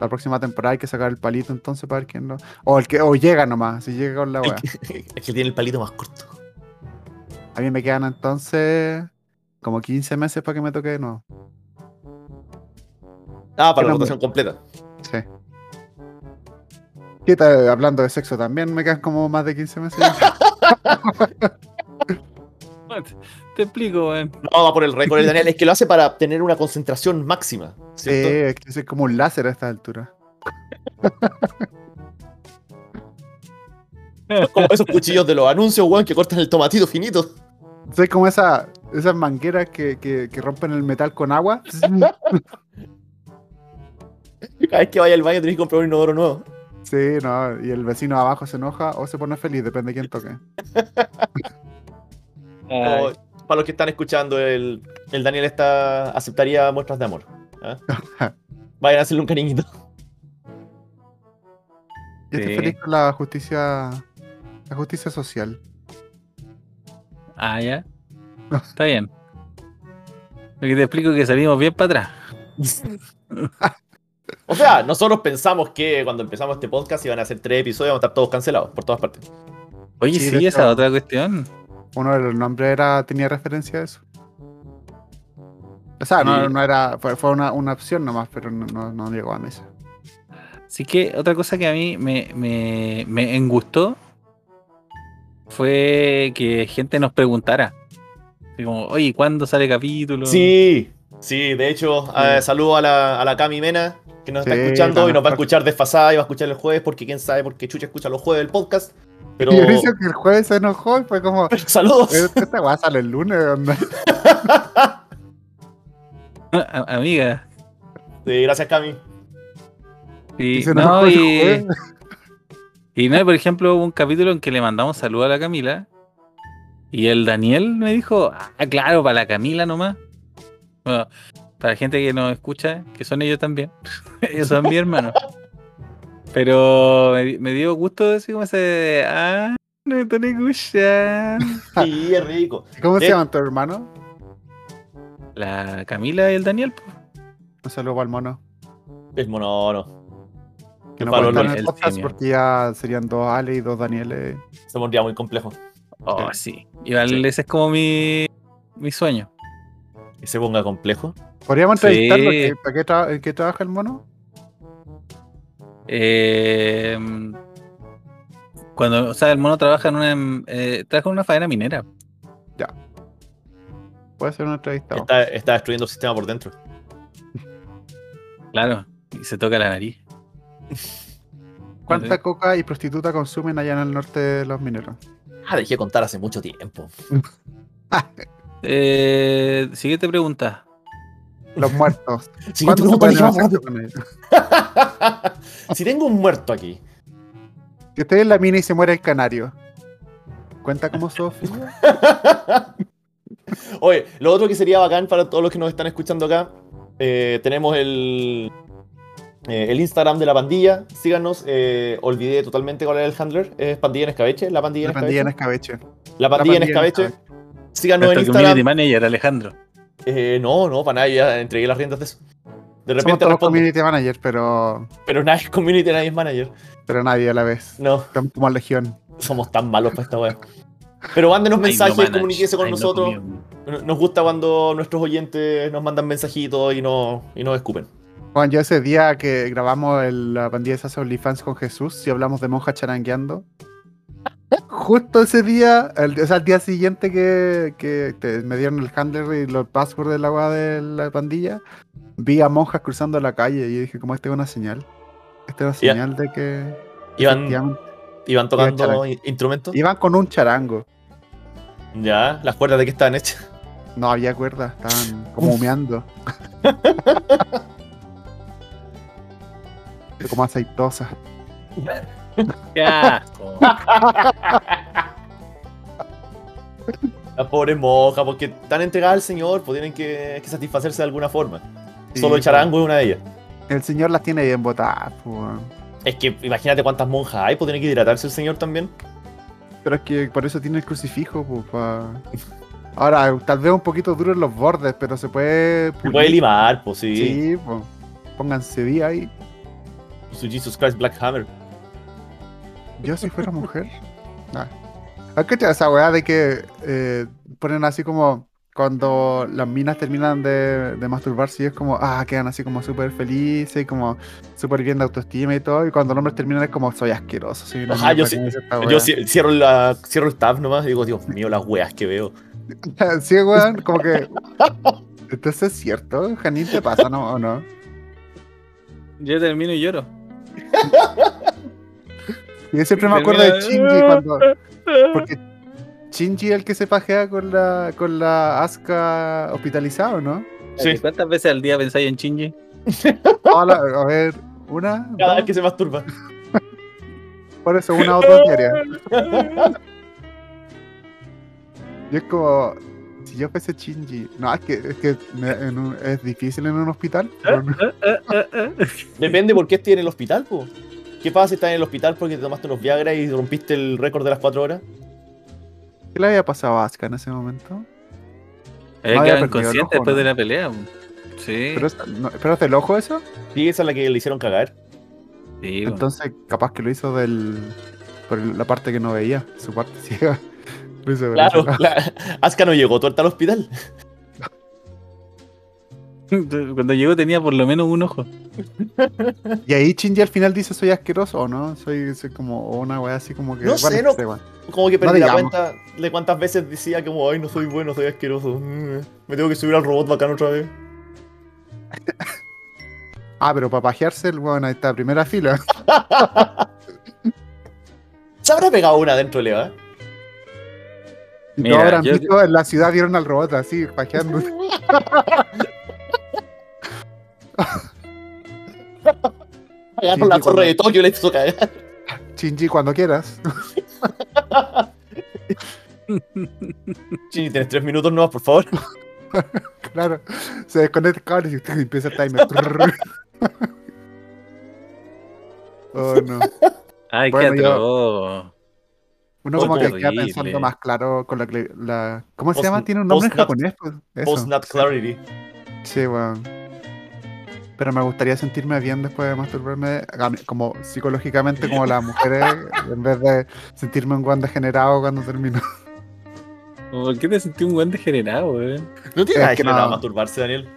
Speaker 1: La próxima temporada hay que sacar el palito entonces para ver quién lo. O el que. O llega nomás, si llega con la
Speaker 2: El
Speaker 1: wea.
Speaker 2: que- Es que tiene el palito más corto.
Speaker 1: A mí me quedan entonces como 15 meses para que me toque de nuevo.
Speaker 2: Ah, para
Speaker 1: Qué
Speaker 2: la
Speaker 1: nombre.
Speaker 2: votación completa.
Speaker 1: Sí. ¿Qué tal? Hablando de sexo también, me quedan como más de 15 meses.
Speaker 3: [LAUGHS] Te explico, weón.
Speaker 2: No, va por el récord el Daniel. Es que lo hace para tener una concentración máxima.
Speaker 1: sí,
Speaker 2: ¿cierto?
Speaker 1: Eh, es que soy como un láser a esta altura.
Speaker 2: Como esos cuchillos de los anuncios, weón, que cortan el tomatito finito. [LAUGHS]
Speaker 1: Soy como esa, esas mangueras que, que- que rompen el metal con
Speaker 3: [LAUGHS]
Speaker 1: agua.
Speaker 2: Cada vez que vaya al baño tenés que comprar un inodoro nuevo.
Speaker 1: Sí, no, y el vecino abajo se enoja o se pone feliz, depende de quién toque.
Speaker 3: Ay.
Speaker 2: O, para los que están escuchando, el, el Daniel está aceptaría muestras de amor. ¿ah? Vayan a hacerle un cariñito.
Speaker 1: Yo estoy
Speaker 3: Sí.
Speaker 1: feliz con la justicia, la justicia social.
Speaker 3: Ah, ya. Está bien. Lo que te explico es que salimos bien para atrás.
Speaker 2: O sea, nosotros pensamos que cuando empezamos este podcast iban a ser tres episodios, vamos a estar todos cancelados por todas partes.
Speaker 3: Oye,
Speaker 1: Sí,
Speaker 3: sí,
Speaker 1: de hecho.
Speaker 3: esa es otra cuestión.
Speaker 1: Uno de los nombres era, tenía referencia a eso. O sea, no,
Speaker 3: Sí.
Speaker 1: no era, fue, fue una, una opción nomás, pero no, no- no llegó a mesa.
Speaker 3: Así que otra cosa que a mí me, me, me engustó fue que gente nos preguntara. Así Como, oye, ¿cuándo sale capítulo?
Speaker 2: Sí, sí, de hecho, eh, saludo a la, a la Cami Mena que nos está
Speaker 1: Sí,
Speaker 2: escuchando
Speaker 1: la
Speaker 2: y nos va a
Speaker 1: mejor.
Speaker 2: escuchar desfasada y va a escuchar el jueves porque quién sabe por qué Chucha escucha los jueves el podcast.
Speaker 1: [LAUGHS]
Speaker 2: Pero
Speaker 1: Y Mauricio que el jueves se enojó y fue como,
Speaker 2: saludos.
Speaker 1: "Eh, esta weá sale el lunes, onda".
Speaker 3: A- Ah, amiga.
Speaker 2: Sí, gracias Cami.
Speaker 3: Sí,
Speaker 1: Y se enojó
Speaker 3: no,
Speaker 1: el
Speaker 3: y,
Speaker 1: jueves.
Speaker 3: y no, por ejemplo, hubo un capítulo en que le mandamos saludos a la Camila. Y el Daniel me dijo, ah, claro, para la Camila nomás. Bueno, para la gente que nos escucha, que son ellos también, [LAUGHS] ellos son mi hermano. Pero me, di- me dio gusto decir como ese. Ah, no están escuchando.
Speaker 2: Sí, es rico.
Speaker 1: ¿Cómo se
Speaker 2: Eh.
Speaker 1: llaman tu hermano?
Speaker 3: La Camila y el Daniel, pues.
Speaker 1: Un saludo para el mono.
Speaker 2: Es mono.
Speaker 1: Que no puede estar
Speaker 2: Para el
Speaker 1: en
Speaker 3: mono,
Speaker 1: el
Speaker 3: el
Speaker 1: podcast
Speaker 3: genio.
Speaker 1: porque ya serían dos Ale y dos Danieles.
Speaker 2: Se pondría muy complejo.
Speaker 3: Oh,
Speaker 2: Ok.
Speaker 3: sí. Igual
Speaker 2: Sí.
Speaker 3: ese es como mi, mi sueño.
Speaker 2: Que se ponga complejo.
Speaker 1: Podríamos
Speaker 3: Sí.
Speaker 1: entrevistarlo. que- ¿Para qué, tra- en qué trabaja el mono?
Speaker 3: Eh, cuando, o sea, el mono trabaja en una. em- Eh, trabaja en una faena minera.
Speaker 1: Puede ser un entrevistado.
Speaker 2: Está, está destruyendo el sistema por dentro.
Speaker 3: Claro. Y se toca la nariz.
Speaker 1: ¿Cuánta
Speaker 3: Sí.
Speaker 1: coca y prostituta consumen allá en el norte de los mineros?
Speaker 2: Ah, dejé de contar hace mucho tiempo.
Speaker 3: Eh, siguiente pregunta. [LAUGHS]
Speaker 1: Los muertos.
Speaker 2: Siguiente
Speaker 1: ¿Cuántos se
Speaker 2: pregunta,
Speaker 1: pueden
Speaker 2: dejamos
Speaker 1: hacer con ellos?
Speaker 2: rápido. [LAUGHS] si tengo un muerto aquí,
Speaker 1: Si estoy en la mina y se muere el canario. ¿Cuenta como
Speaker 3: [LAUGHS]
Speaker 1: Sofía?
Speaker 2: Oye, lo otro que sería bacán para todos los que nos están escuchando acá, eh, tenemos el, eh, el Instagram de la pandilla. Síganos. eh, olvidé totalmente cuál era el handler. Es pandilla en escabeche. La pandilla
Speaker 1: La
Speaker 2: en
Speaker 1: pandilla en
Speaker 2: escabeche.
Speaker 1: escabeche. La
Speaker 2: La pandilla en
Speaker 1: pandilla en
Speaker 2: escabeche. Síganos en
Speaker 3: Nuestro community
Speaker 2: Instagram.
Speaker 3: manager, Alejandro.
Speaker 2: Eh, no, no, para nada. yo Ya entregué las riendas de eso. De
Speaker 1: Somos
Speaker 2: repente
Speaker 1: todos
Speaker 2: respondo,
Speaker 1: community managers, pero,
Speaker 2: pero nadie es community, nadie es manager.
Speaker 1: pero nadie a la vez.
Speaker 2: No,
Speaker 1: Estamos como legión.
Speaker 2: somos tan malos para esta wea. Pero mándenos
Speaker 3: Ay, no
Speaker 2: mensajes,
Speaker 3: manage,
Speaker 2: comuníquese con
Speaker 3: ay, no
Speaker 2: nosotros.
Speaker 3: community.
Speaker 2: Nos gusta cuando nuestros oyentes nos mandan mensajitos y, no, y nos escupen.
Speaker 1: Juan, yo ese día que grabamos el- la pandilla de Sasa OnlyFans con Jesús y hablamos de monjas charangueando. Justo ese día, el, o sea, el día siguiente que, que te- me dieron el handler y los passwords del agua de la pandilla, vi a monjas cruzando la calle y dije, como esta es una señal. Esta es una
Speaker 2: Ya.
Speaker 1: señal de que
Speaker 2: Iban,
Speaker 1: efectivamente,
Speaker 2: Iban tocando
Speaker 1: Charanga.
Speaker 2: in- instrumentos.
Speaker 1: iban con un charango.
Speaker 2: Ya, las cuerdas de que estaban hechas. [LAUGHS]
Speaker 1: No había cuerda, estaban como
Speaker 2: Uf. [LAUGHS]
Speaker 1: humeando. como aceitosa.
Speaker 3: Qué
Speaker 1: [LAUGHS]
Speaker 3: asco.
Speaker 2: Las pobres mojas, porque están entregadas al Señor, pues tienen que, que satisfacerse de alguna forma.
Speaker 1: Sí,
Speaker 2: Solo el
Speaker 1: pues.
Speaker 2: charango es una de ellas.
Speaker 1: El señor las tiene bien botadas, pues, weón.
Speaker 2: Es que imagínate cuántas monjas hay, pues tiene que hidratarse el Señor también.
Speaker 1: Pero es que por eso tiene el crucifijo, pues, pa- Ahora, tal vez un poquito duro en los bordes, pero se puede...
Speaker 2: Se
Speaker 1: pulir.
Speaker 2: puede limar, pues sí.
Speaker 1: Sí, pues. Pónganse día ahí.
Speaker 2: Su Jesus Christ Black Hammer.
Speaker 1: Yo si fuera mujer. [LAUGHS] Ah. ¿Has cachado esa weá de que eh, ponen así como cuando las minas terminan de, de masturbarse y es como, ah, quedan así como súper felices y como súper bien de autoestima y todo. Y cuando los hombres terminan es como, soy asqueroso. Soy una
Speaker 2: Ajá, yo
Speaker 1: mierda,
Speaker 2: sí-
Speaker 1: ¿cómo hice esta
Speaker 2: Yo
Speaker 1: weá?".
Speaker 2: ci- cierro, la, cierro el tab nomás y digo, Dios mío, las weas que veo.
Speaker 1: [LAUGHS] Sí, weón, como que. Entonces es cierto, Janine te pasa, ¿no? ¿O no?
Speaker 3: Yo termino y lloro.
Speaker 1: Yo siempre me acuerdo de Shinji cuando. Porque Shinji es el que se pajea con la, con la Asuka hospitalizado, ¿no?
Speaker 2: Sí.
Speaker 3: ¿Cuántas veces al día pensáis en Chinji?
Speaker 1: Hola, a ver, una.
Speaker 2: Cada vez
Speaker 1: dos,
Speaker 2: que se masturba.
Speaker 1: Por eso, una o dos diarias. Yo es como. Si yo fuese Shinji. No, es que, es, que me- en un- es difícil en un hospital. pero no-
Speaker 2: Depende por qué estés en el hospital, pues. ¿Qué pasa si estás en el hospital porque te tomaste unos Viagra y rompiste el récord de las 4 horas?
Speaker 1: ¿Qué le había pasado a Asuka en ese momento?
Speaker 3: Había
Speaker 1: había
Speaker 3: quedado
Speaker 1: perdido el
Speaker 3: inconsciente
Speaker 1: ojo,
Speaker 3: después
Speaker 1: ¿no?
Speaker 3: de la pelea. Sí.
Speaker 1: ¿Pero, es- no- ¿pero es del ojo eso?
Speaker 2: Sí, esa es la que le hicieron cagar.
Speaker 3: sí, [LAUGHS] bueno.
Speaker 1: Entonces, capaz que lo hizo del por el- la parte que no veía, su parte [LAUGHS] ciega. Lo hizo por
Speaker 2: [LAUGHS] Claro,
Speaker 1: ese lado.
Speaker 2: la- Asuka no llegó tuerta al hospital. [LAUGHS]
Speaker 3: Cuando llegó tenía por lo menos un ojo.
Speaker 1: Y ahí Shinji al final dice soy asqueroso o no, soy, soy como una weá así como que. este
Speaker 2: No sé, no-
Speaker 1: weá.
Speaker 2: Como que perdí
Speaker 1: No
Speaker 2: la
Speaker 1: digamos.
Speaker 2: cuenta de cuántas veces decía que como, ay, no soy bueno, soy asqueroso. Mm, Me tengo que subir al robot bacán otra vez.
Speaker 1: Ah, pero para pajearse el weón ahí está, primera fila. [LAUGHS]
Speaker 2: Se habrá pegado una dentro ¿eh? del EVA.
Speaker 1: Y
Speaker 3: Mira,
Speaker 1: todos habrán
Speaker 3: yo-
Speaker 1: visto en la ciudad vieron al robot así, pajeando.
Speaker 2: [LAUGHS] Agarró la torre de Tokio y le hizo cagar. [LAUGHS]
Speaker 1: Shinji cuando quieras. [LAUGHS]
Speaker 2: Chini, tienes tres minutos nomás, por favor.
Speaker 1: Claro, se desconecta el cable y usted empieza el timer. [LAUGHS] oh no.
Speaker 3: Ay,
Speaker 1: Bueno,
Speaker 3: qué
Speaker 1: yo-
Speaker 3: atroz.
Speaker 1: Uno como que queda
Speaker 3: Horrible.
Speaker 1: pensando más claro con la, cli- la- ¿Cómo se
Speaker 2: Post-
Speaker 1: llama? Tiene un nombre en
Speaker 2: post-nat-
Speaker 1: japonés. pues, eso.
Speaker 2: Post-nap clarity.
Speaker 1: Sí, weón. Pero me gustaría sentirme bien después de masturbarme, a mí- como psicológicamente, como las mujeres,
Speaker 2: [LAUGHS]
Speaker 1: en vez de sentirme un guan degenerado cuando termino. [LAUGHS]
Speaker 3: ¿Por qué te sentí un buen degenerado, weón?
Speaker 2: No
Speaker 1: Es
Speaker 2: tiene nada
Speaker 1: que
Speaker 2: que nada
Speaker 1: no.
Speaker 2: masturbarse, Daniel.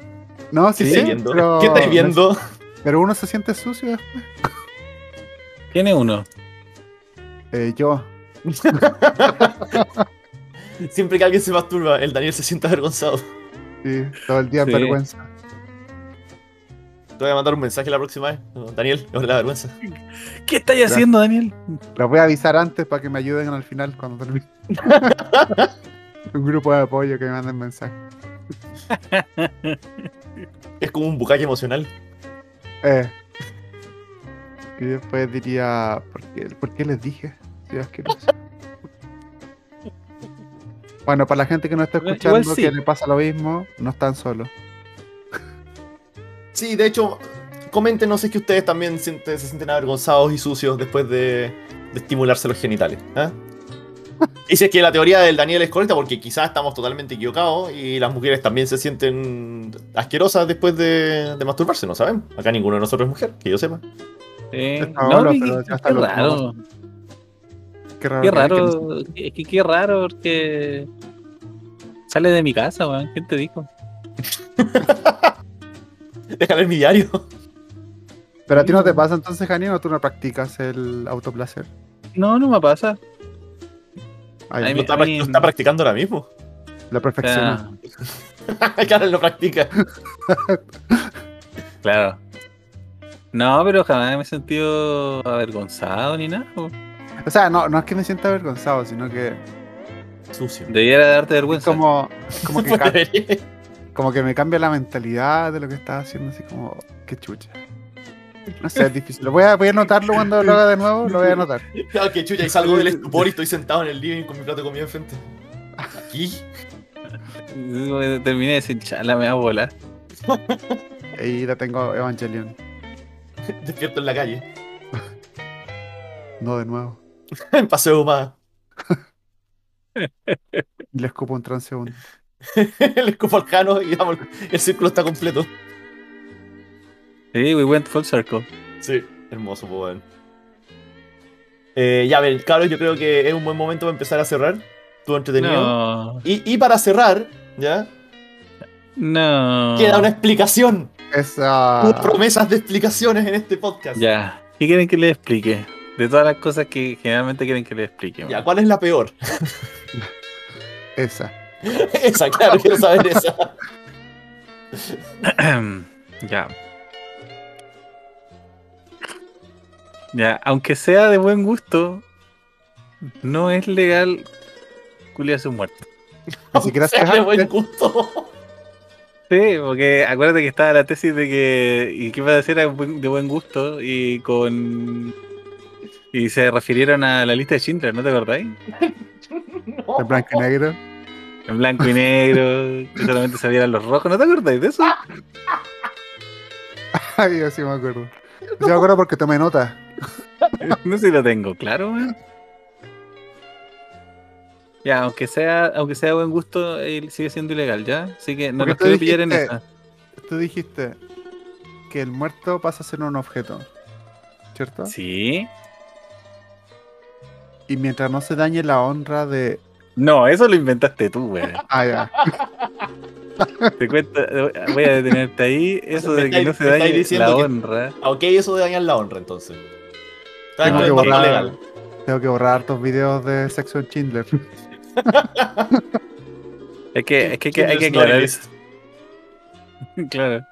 Speaker 1: No,
Speaker 2: ¿Qué
Speaker 1: sí, sí.
Speaker 2: estáis viendo?
Speaker 1: pero-
Speaker 2: ¿Qué estáis viendo?
Speaker 1: Pero uno se siente sucio.
Speaker 3: ¿Quién es uno?
Speaker 1: Eh, yo.
Speaker 2: [LAUGHS] Siempre que alguien se masturba, el Daniel se siente avergonzado.
Speaker 1: Sí, todo el día en
Speaker 3: Sí.
Speaker 1: vergüenza.
Speaker 2: Te voy a mandar un mensaje la próxima vez. No, Daniel, es la vergüenza.
Speaker 3: ¿Qué estáis haciendo, Daniel?
Speaker 1: Los voy a avisar antes para que me ayuden al final cuando
Speaker 2: [LAUGHS]
Speaker 1: termine. un grupo de apoyo que me manden mensaje.
Speaker 2: Es como un bucaque emocional.
Speaker 1: Eh. Y después diría, ¿por qué, por qué les dije? Sí, asqueroso. bueno, para la gente que no está
Speaker 3: Igual
Speaker 1: escuchando,
Speaker 3: sí.
Speaker 1: que le pasa lo mismo, no están solos.
Speaker 2: Sí, de hecho, coméntenos si es que ustedes también sienten- se sienten avergonzados y sucios después de, de estimularse los genitales. ¿eh? Y si es que la teoría del Daniel es correcta, porque quizás estamos totalmente equivocados y las mujeres también se sienten asquerosas después de, de masturbarse, no saben. Acá ninguno de nosotros es mujer, que yo sepa. [LAUGHS]
Speaker 3: Eh,
Speaker 1: Está
Speaker 3: no,
Speaker 1: malo,
Speaker 3: qué-
Speaker 1: pero
Speaker 3: qué,
Speaker 1: ya está lo
Speaker 3: raro.
Speaker 1: Qué raro.
Speaker 3: Qué
Speaker 1: que- que-
Speaker 3: raro. Es que qué raro porque sale de mi casa, weón. ¿Quién te dijo?
Speaker 2: Déjame ver mi diario.
Speaker 1: Pero a ti no te pasa entonces, Jani, o tú no practicas el autoplacer.
Speaker 3: No, no me pasa.
Speaker 1: Ay,
Speaker 3: Ay,
Speaker 2: Lo
Speaker 3: mi-
Speaker 2: está,
Speaker 3: a
Speaker 2: prac-
Speaker 3: mí-
Speaker 2: lo está practicando ahora mismo. [LAUGHS]
Speaker 1: la
Speaker 3: O
Speaker 1: perfección.
Speaker 3: sea,
Speaker 2: claro, él lo practica.
Speaker 3: claro. No, pero jamás me he sentido avergonzado ni nada. po.
Speaker 1: O sea, no, no es que me sienta avergonzado, sino que
Speaker 2: [LAUGHS] Sucio.
Speaker 3: Debiera darte
Speaker 1: es
Speaker 3: vergüenza.
Speaker 1: como, como,
Speaker 3: [LAUGHS]
Speaker 1: que, ca-
Speaker 2: Debería-
Speaker 1: como que me cambia la mentalidad de lo que estás haciendo, así como, qué chucha. No sé, es difícil. Lo voy a, voy a anotarlo cuando lo haga de nuevo, lo voy a anotar.
Speaker 2: Claro que chucha, y salgo del estupor y estoy sentado en el living con mi plato de comida enfrente. Aquí. [LAUGHS]
Speaker 3: Eh, Terminé de decir, chala, me va a volar.
Speaker 1: Ahí la tengo Evangelion.
Speaker 2: Despierto en la calle. [LAUGHS]
Speaker 1: No de nuevo.
Speaker 2: En paseo más. [LAUGHS]
Speaker 1: Y le escupo un transeúnte.
Speaker 2: Le escupo al cano y vamos, el círculo está completo.
Speaker 3: Sí, we went full circle.
Speaker 2: Sí, hermoso, pues bueno. Eh, ya, a ver, Carlos, yo creo que es un buen momento para empezar a cerrar. Estuvo entretenido.
Speaker 3: No,
Speaker 2: Y, y para cerrar, ¿ya?
Speaker 3: no.
Speaker 2: Queda una explicación.
Speaker 1: Esa.
Speaker 2: Promesas de explicaciones en este podcast.
Speaker 3: Ya. ¿Qué quieren que les explique? De todas las cosas que generalmente quieren que les explique.
Speaker 2: Ya,
Speaker 3: weón.
Speaker 2: ¿cuál es la peor? [LAUGHS]
Speaker 1: Esa.
Speaker 2: esa, claro, quiero saber esa.
Speaker 3: [CLEARS THROAT] ya. Ya, aunque sea de buen gusto, no es legal culiarse un muerto.
Speaker 1: Ni
Speaker 2: [LAUGHS]
Speaker 1: siquiera
Speaker 2: sea, de buen
Speaker 1: se
Speaker 2: gusto. [LAUGHS]
Speaker 3: Sí, porque acuérdate que estaba la tesis de que. ¿Y qué va a decir era buen- de buen gusto? Y con. Y se refirieron a la lista de Schindler, ¿no te acordáis?
Speaker 1: de blanco y negro. [LAUGHS]
Speaker 3: En blanco y negro, que solamente se vieran los rojos, ¿no te acordáis de eso?
Speaker 1: Ay, yo sí me acuerdo. Yo sí me acuerdo porque tomé nota.
Speaker 3: [LAUGHS] No sé si lo tengo, claro, weón. Ya, aunque sea, aunque sea de buen gusto, él sigue siendo ilegal, ¿ya? Así que no
Speaker 1: Porque
Speaker 3: nos
Speaker 1: tú
Speaker 3: quiero pillar en
Speaker 1: dijiste-
Speaker 3: esa.
Speaker 1: Tú dijiste que el muerto pasa a ser un objeto. ¿Cierto?
Speaker 3: Sí.
Speaker 1: Y mientras no se dañe la honra de.
Speaker 3: No, eso lo inventaste tú, weón.
Speaker 1: Ah, ya.
Speaker 3: Te cuento, voy a detenerte ahí. Eso
Speaker 2: me
Speaker 3: de que
Speaker 2: estáis-
Speaker 3: no se
Speaker 2: me estáis
Speaker 3: dañe
Speaker 2: diciendo
Speaker 3: la
Speaker 2: que-
Speaker 3: honra.
Speaker 2: Ah, Ok, eso de dañar la honra, entonces. Está
Speaker 1: Tengo
Speaker 2: dentro
Speaker 1: que
Speaker 2: del marco
Speaker 1: borrar.
Speaker 2: legal.
Speaker 1: Tengo que borrar hartos videos de sexo en Schindler. [LAUGHS]
Speaker 3: Es que, es que, hay que- hay que
Speaker 2: Kindle's not
Speaker 3: aclarar.
Speaker 2: list.
Speaker 3: [LAUGHS] Claro.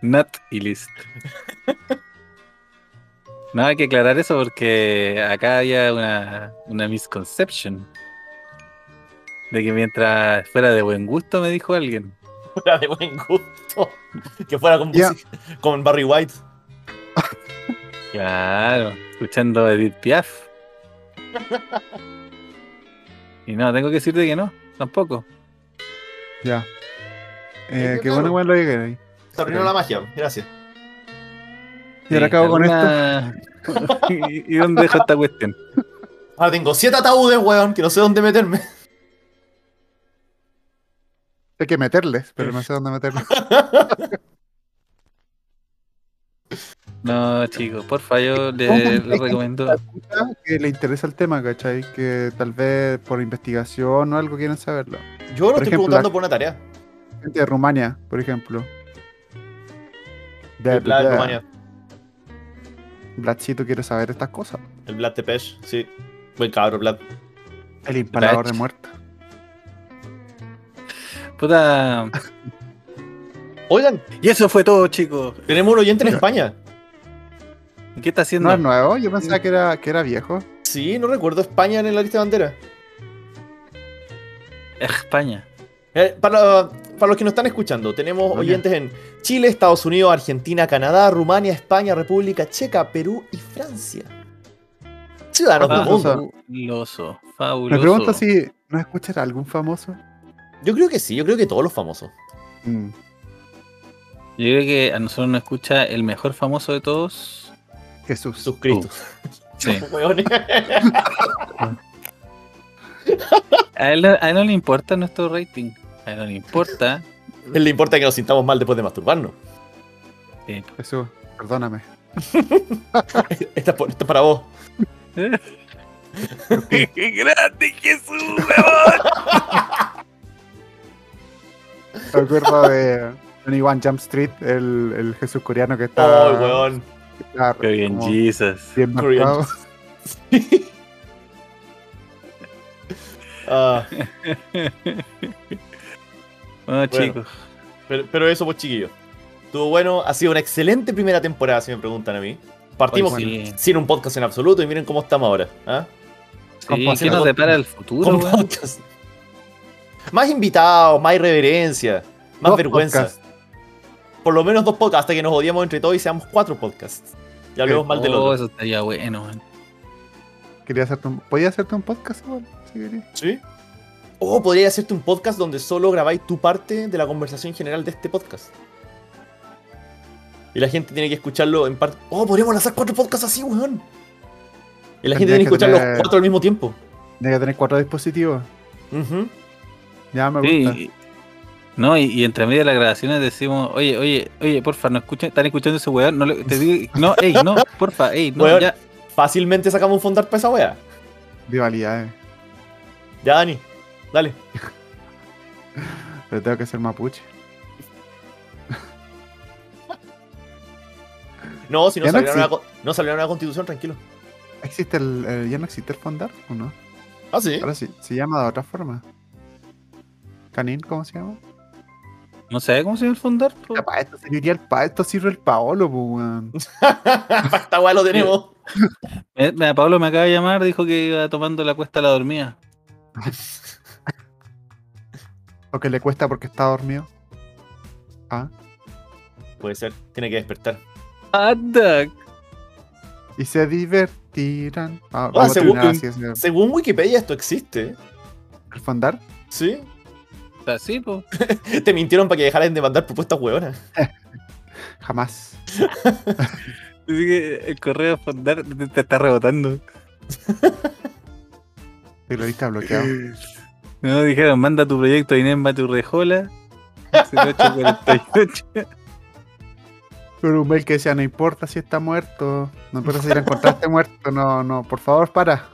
Speaker 3: Not y list. No, hay que aclarar eso porque acá había una, una misconception. De que mientras fuera de buen gusto, me dijo alguien.
Speaker 2: [LAUGHS] Fuera de buen gusto. Que fuera con,
Speaker 1: Ya.
Speaker 2: música- con Barry White.
Speaker 3: Claro, escuchando Edith Piaf. Y no, tengo que decirte que no, tampoco.
Speaker 1: ya. Eh,
Speaker 2: Sí,
Speaker 1: qué
Speaker 2: claro.
Speaker 1: bueno, bueno, lo llegué ahí.
Speaker 2: Se arruinó la magia, gracias.
Speaker 1: Y ahora acabo con esto.
Speaker 3: esto. [LAUGHS] ¿Y, y dónde dejo esta cuestión?
Speaker 2: Ahora tengo siete ataúdes, weón, que no sé dónde meterme. [LAUGHS]
Speaker 1: Hay que meterles, pero no sé dónde meterles.
Speaker 3: No, chicos, porfa, yo
Speaker 1: ¿Cómo
Speaker 3: le, le
Speaker 1: hay
Speaker 3: recomiendo.
Speaker 1: Que le interesa el tema, ¿cachai? Que tal vez por investigación o algo quieren saberlo.
Speaker 2: Yo no
Speaker 1: Por ejemplo,
Speaker 2: estoy preguntando por una tarea.
Speaker 1: Gente de Rumania, por ejemplo.
Speaker 2: El Vlad de Rumania,
Speaker 1: Blatchito quiere saber estas cosas.
Speaker 2: el Vlad Tepesh, sí. Buen cabro, Vlad.
Speaker 1: El impalador
Speaker 3: Vlad.
Speaker 1: de muertos.
Speaker 3: Puta.
Speaker 2: Oigan,
Speaker 3: Y eso fue todo, chicos.
Speaker 2: tenemos un oyente en España.
Speaker 3: ¿Qué está haciendo?
Speaker 1: No es nuevo, yo
Speaker 2: Mm.
Speaker 1: pensaba que era, que era viejo.
Speaker 2: Sí, no recuerdo España en la lista de bandera.
Speaker 3: España.
Speaker 2: Eh, para, para los que nos están escuchando, tenemos
Speaker 1: España.
Speaker 2: oyentes en Chile, Estados Unidos, Argentina, Canadá, Rumania, España, República Checa, Perú y Francia. Ciudadanos del
Speaker 1: Fabuloso.
Speaker 2: mundo.
Speaker 3: Fabuloso.
Speaker 1: Me
Speaker 3: Fabuloso.
Speaker 1: pregunta si no escuchará algún famoso.
Speaker 2: Yo creo que sí, yo creo que todos los famosos.
Speaker 1: Mm.
Speaker 3: Yo creo que a nosotros nos escucha el mejor famoso de todos.
Speaker 1: Jesús.
Speaker 2: Suscritos.
Speaker 3: Uh,
Speaker 2: [LAUGHS]
Speaker 3: Sí.
Speaker 2: Weones.
Speaker 3: A él, a él no le importa nuestro rating. A él no le importa.
Speaker 2: A él le importa que nos sintamos mal después de masturbarnos. [LAUGHS]
Speaker 3: Eh,
Speaker 1: Jesús, perdóname.
Speaker 2: Esta es por- esta es para vos.
Speaker 3: ¡Qué [LAUGHS] grande Jesús, weón!
Speaker 1: Me acuerdo de 21 Jump Street, el, el Jesús coreano que
Speaker 2: ¡Ay,
Speaker 3: Ah.
Speaker 1: está.
Speaker 2: weón!
Speaker 1: que está
Speaker 3: Qué bien,
Speaker 1: como
Speaker 3: Jesus.
Speaker 1: bien
Speaker 2: Korean
Speaker 1: marcado.
Speaker 2: Ah,
Speaker 3: Bueno,
Speaker 2: Bueno.
Speaker 3: chicos.
Speaker 2: pero, pero eso, pues, chiquillos. Estuvo bueno, ha sido una excelente primera temporada, si me preguntan a mí. Partimos
Speaker 3: Oye, sí.
Speaker 2: sin un podcast en absoluto y miren cómo estamos ahora. ¿ah?
Speaker 3: Sí, ¿Qué
Speaker 1: Compasión.
Speaker 3: nos depara el futuro,
Speaker 2: Con
Speaker 3: weón?
Speaker 2: podcast. Más invitados, más irreverencia, más
Speaker 1: Dos
Speaker 2: vergüenza.
Speaker 1: podcasts.
Speaker 2: Por lo menos dos podcasts, hasta que nos odiemos entre todos y seamos cuatro podcasts. Y hablemos
Speaker 1: Sí.
Speaker 2: mal del
Speaker 3: Oh,
Speaker 2: otro.
Speaker 3: eso estaría bueno, weón.
Speaker 1: Quería hacerte un, ¿Podía hacerte un podcast igual? Si querías.
Speaker 2: ¿Sí? O podría hacerte un podcast donde solo grabáis tu parte de la conversación general de este podcast. Y la gente tiene que escucharlo en parte. Oh, podríamos lanzar cuatro podcasts así, weón. Y la
Speaker 1: Tendrías
Speaker 2: gente tiene que
Speaker 1: que
Speaker 2: escuchar los
Speaker 1: tener-
Speaker 2: cuatro al mismo tiempo.
Speaker 1: Tenía que tener cuatro dispositivos.
Speaker 2: Ujú.
Speaker 1: Ya me
Speaker 3: Sí,
Speaker 1: gusta.
Speaker 3: y- no, y, y entre medio de las grabaciones decimos, oye, oye, oye, porfa, no escuchen, están escuchando ese weón, no le- te digo, no, ey, no, porfa, ey, no,
Speaker 2: Weón.
Speaker 3: ya.
Speaker 2: Fácilmente sacamos un fondar para esa wea.
Speaker 1: Rivalidades.
Speaker 2: Ya, Dani. Dale.
Speaker 1: Pero tengo que ser mapuche.
Speaker 2: No, si no
Speaker 1: Ya no
Speaker 2: salió una,
Speaker 1: existe.
Speaker 2: co- no salió una constitución, tranquilo.
Speaker 1: ¿Existe el, el- ¿Ya no existe el fondar o no?
Speaker 2: Ah, [LAUGHS] sí.
Speaker 1: Ahora sí, se llama de otra forma. ¿Canin? ¿Cómo se llama?
Speaker 3: No sabes cómo se llama el fondar, po?
Speaker 1: Capaz, esto serviría el pa esto sirve el paolo, pues, weón.
Speaker 2: Para esta wea lo tenemos.
Speaker 3: Eh, mira, Pablo me acaba de llamar, dijo que iba tomando la cuesta a la dormida.
Speaker 1: Lo que le cuesta porque está dormido.
Speaker 2: Puede ser, tiene que despertar.
Speaker 3: Anda,
Speaker 1: Y se divertirán. Ah,
Speaker 2: Ah,
Speaker 1: vamos a
Speaker 2: según-
Speaker 1: terminar así, así,
Speaker 2: Según Wikipedia, esto existe.
Speaker 1: ¿El fondar?
Speaker 2: ¿Sí?
Speaker 3: así, po.
Speaker 2: Te mintieron para que dejaran de mandar propuestas hueonas.
Speaker 1: Jamás.
Speaker 3: Así que el correo fondar te, te está rebotando.
Speaker 1: Te lo diste bloqueado. [LAUGHS]
Speaker 3: No, dijeron, manda tu proyecto a Inés Maturrejola. 0848.
Speaker 1: Pero un mail que decía, no importa si está muerto. No importa si la encontraste muerto. No, no, por favor, para.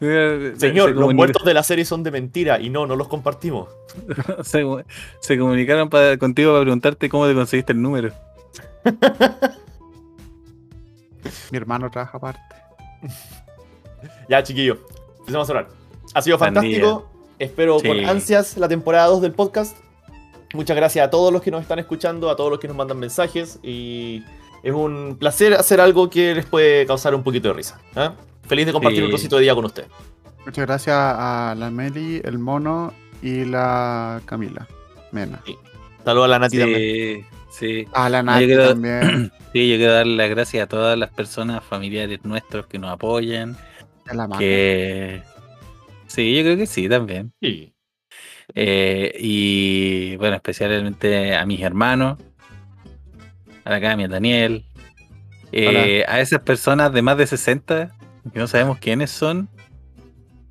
Speaker 3: Mira,
Speaker 2: Señor,
Speaker 3: se
Speaker 2: los
Speaker 3: comunica-
Speaker 2: muertos de la serie son de mentira y no, no los compartimos.
Speaker 3: [LAUGHS] se, se comunicaron pa- contigo para preguntarte cómo te conseguiste el número.
Speaker 1: Mi hermano trabaja aparte.
Speaker 2: Ya, chiquillo, empecemos a orar. Ha sido fantástico. Espero
Speaker 3: Sí.
Speaker 2: con ansias la temporada 2 del podcast. Muchas gracias a todos los que nos están escuchando, a todos los que nos mandan mensajes y es un placer hacer algo que les puede causar un poquito de risa. ¿eh? Feliz de compartir
Speaker 3: Sí.
Speaker 2: un trocito de día con usted.
Speaker 1: Muchas gracias a la Meli, el mono y la Camila. Mena.
Speaker 2: Saludos a la Nati también.
Speaker 3: Sí, sí,
Speaker 1: A la
Speaker 3: No, yo
Speaker 1: Nati
Speaker 3: creo- [CLEARS THROAT]
Speaker 1: también.
Speaker 3: sí, yo quiero darle las gracias a todas las personas, familiares nuestros que nos apoyan.
Speaker 1: A la Maca.
Speaker 3: Que sí, yo creo que sí también.
Speaker 2: Sí.
Speaker 3: Eh, y bueno, especialmente a mis hermanos, a la Cami, a Daniel, eh, a esas personas de más de 60 que no sabemos quiénes son.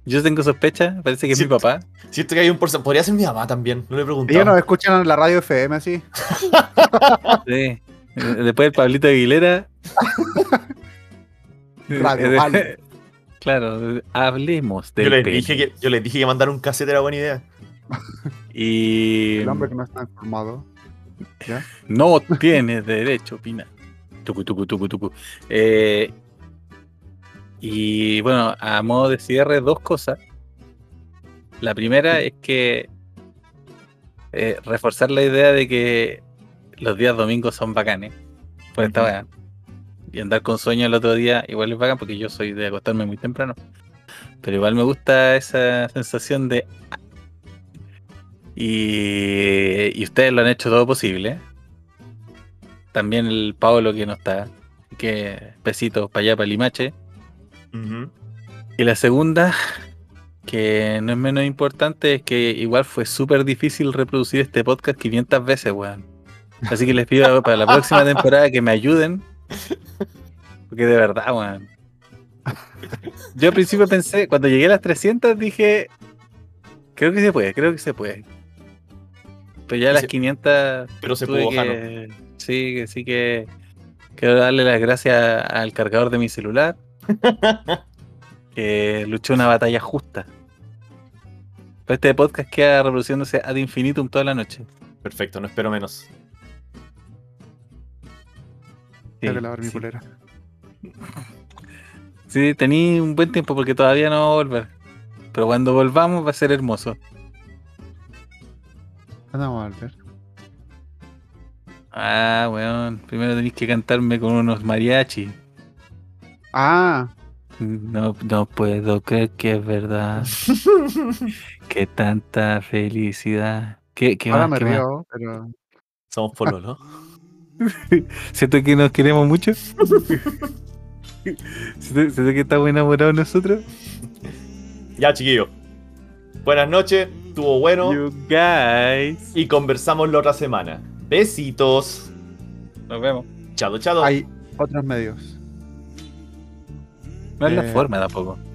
Speaker 3: Yo tengo sospecha, parece que es
Speaker 2: Sí.
Speaker 3: mi papá.
Speaker 2: Siento que hay un porcentaje. Podría ser mi mamá también, no le he preguntado.
Speaker 1: Ellos nos escuchan en la radio FM, así.
Speaker 3: Sí. Después el Pablito Aguilera.
Speaker 1: [LAUGHS]
Speaker 3: [LAUGHS]
Speaker 1: Radio Pal.
Speaker 3: Claro, hablemos del
Speaker 2: yo, les
Speaker 3: pene.
Speaker 2: dije que, yo les dije que mandar un cassette era buena idea.
Speaker 3: Y
Speaker 1: El hombre que no está informado.
Speaker 3: no tienes derecho, Pina. Tucu, tucu, tucu, tucu. Eh, y bueno, a modo de cierre, dos cosas. La primera es que eh, reforzar la idea de que los días domingos son bacanes. Pues esta
Speaker 2: Ujú.
Speaker 3: weá. Y andar con sueño el otro día igual es bacán porque yo soy de acostarme muy temprano. Pero igual me gusta esa sensación de... Y, y ustedes lo han hecho todo posible. También el Pablo que no está. Que besitos para allá, para Limache.
Speaker 2: Ujú.
Speaker 3: Y la segunda, [LAUGHS] que no es menos importante, es que igual fue súper difícil reproducir este podcast 500 veces, weón. Así que les pido para la próxima temporada que me ayuden. Porque de verdad, weón. Yo al principio pensé, cuando llegué a las 300 dije, creo que se puede, creo que se puede. Pero ya a
Speaker 2: Y
Speaker 3: las
Speaker 2: se-
Speaker 3: 500
Speaker 2: Pero se
Speaker 3: tuve
Speaker 2: pudo, Jano.
Speaker 3: que, sí, que sí que quiero darle las gracias al cargador de mi
Speaker 2: [LAUGHS]
Speaker 3: celular que luchó una batalla justa. Pero este podcast queda reproduciéndose ad infinitum toda la noche.
Speaker 2: Perfecto, no espero menos.
Speaker 3: Sí,
Speaker 1: Tengo que lavar mi
Speaker 3: sí.
Speaker 1: culera.
Speaker 3: Sí, tení un buen tiempo porque todavía no va a volver. Pero cuando volvamos va a ser hermoso.
Speaker 1: Vamos a volver.
Speaker 3: Ah, weón. Primero tenéis que cantarme con unos mariachi.
Speaker 1: Ah,
Speaker 3: No, no puedo creer que
Speaker 1: [LAUGHS]
Speaker 3: es verdad. que tanta felicidad. ¿Qué, qué
Speaker 1: ahora
Speaker 3: más?
Speaker 1: me
Speaker 3: qué más?
Speaker 1: río, pero.
Speaker 2: Somos
Speaker 3: [LAUGHS]
Speaker 2: pololo.
Speaker 3: Siento que nos queremos
Speaker 1: [LAUGHS]
Speaker 3: mucho. Siento, siento que estamos enamorados de nosotros.
Speaker 2: ya, chiquillo. Buenas noches, estuvo bueno
Speaker 3: You guys.
Speaker 2: y conversamos la otra semana. Besitos.
Speaker 3: Nos vemos.
Speaker 2: Chado, chado.
Speaker 1: Hay otros medios.
Speaker 3: No es la
Speaker 1: Eh,
Speaker 3: forma tampoco.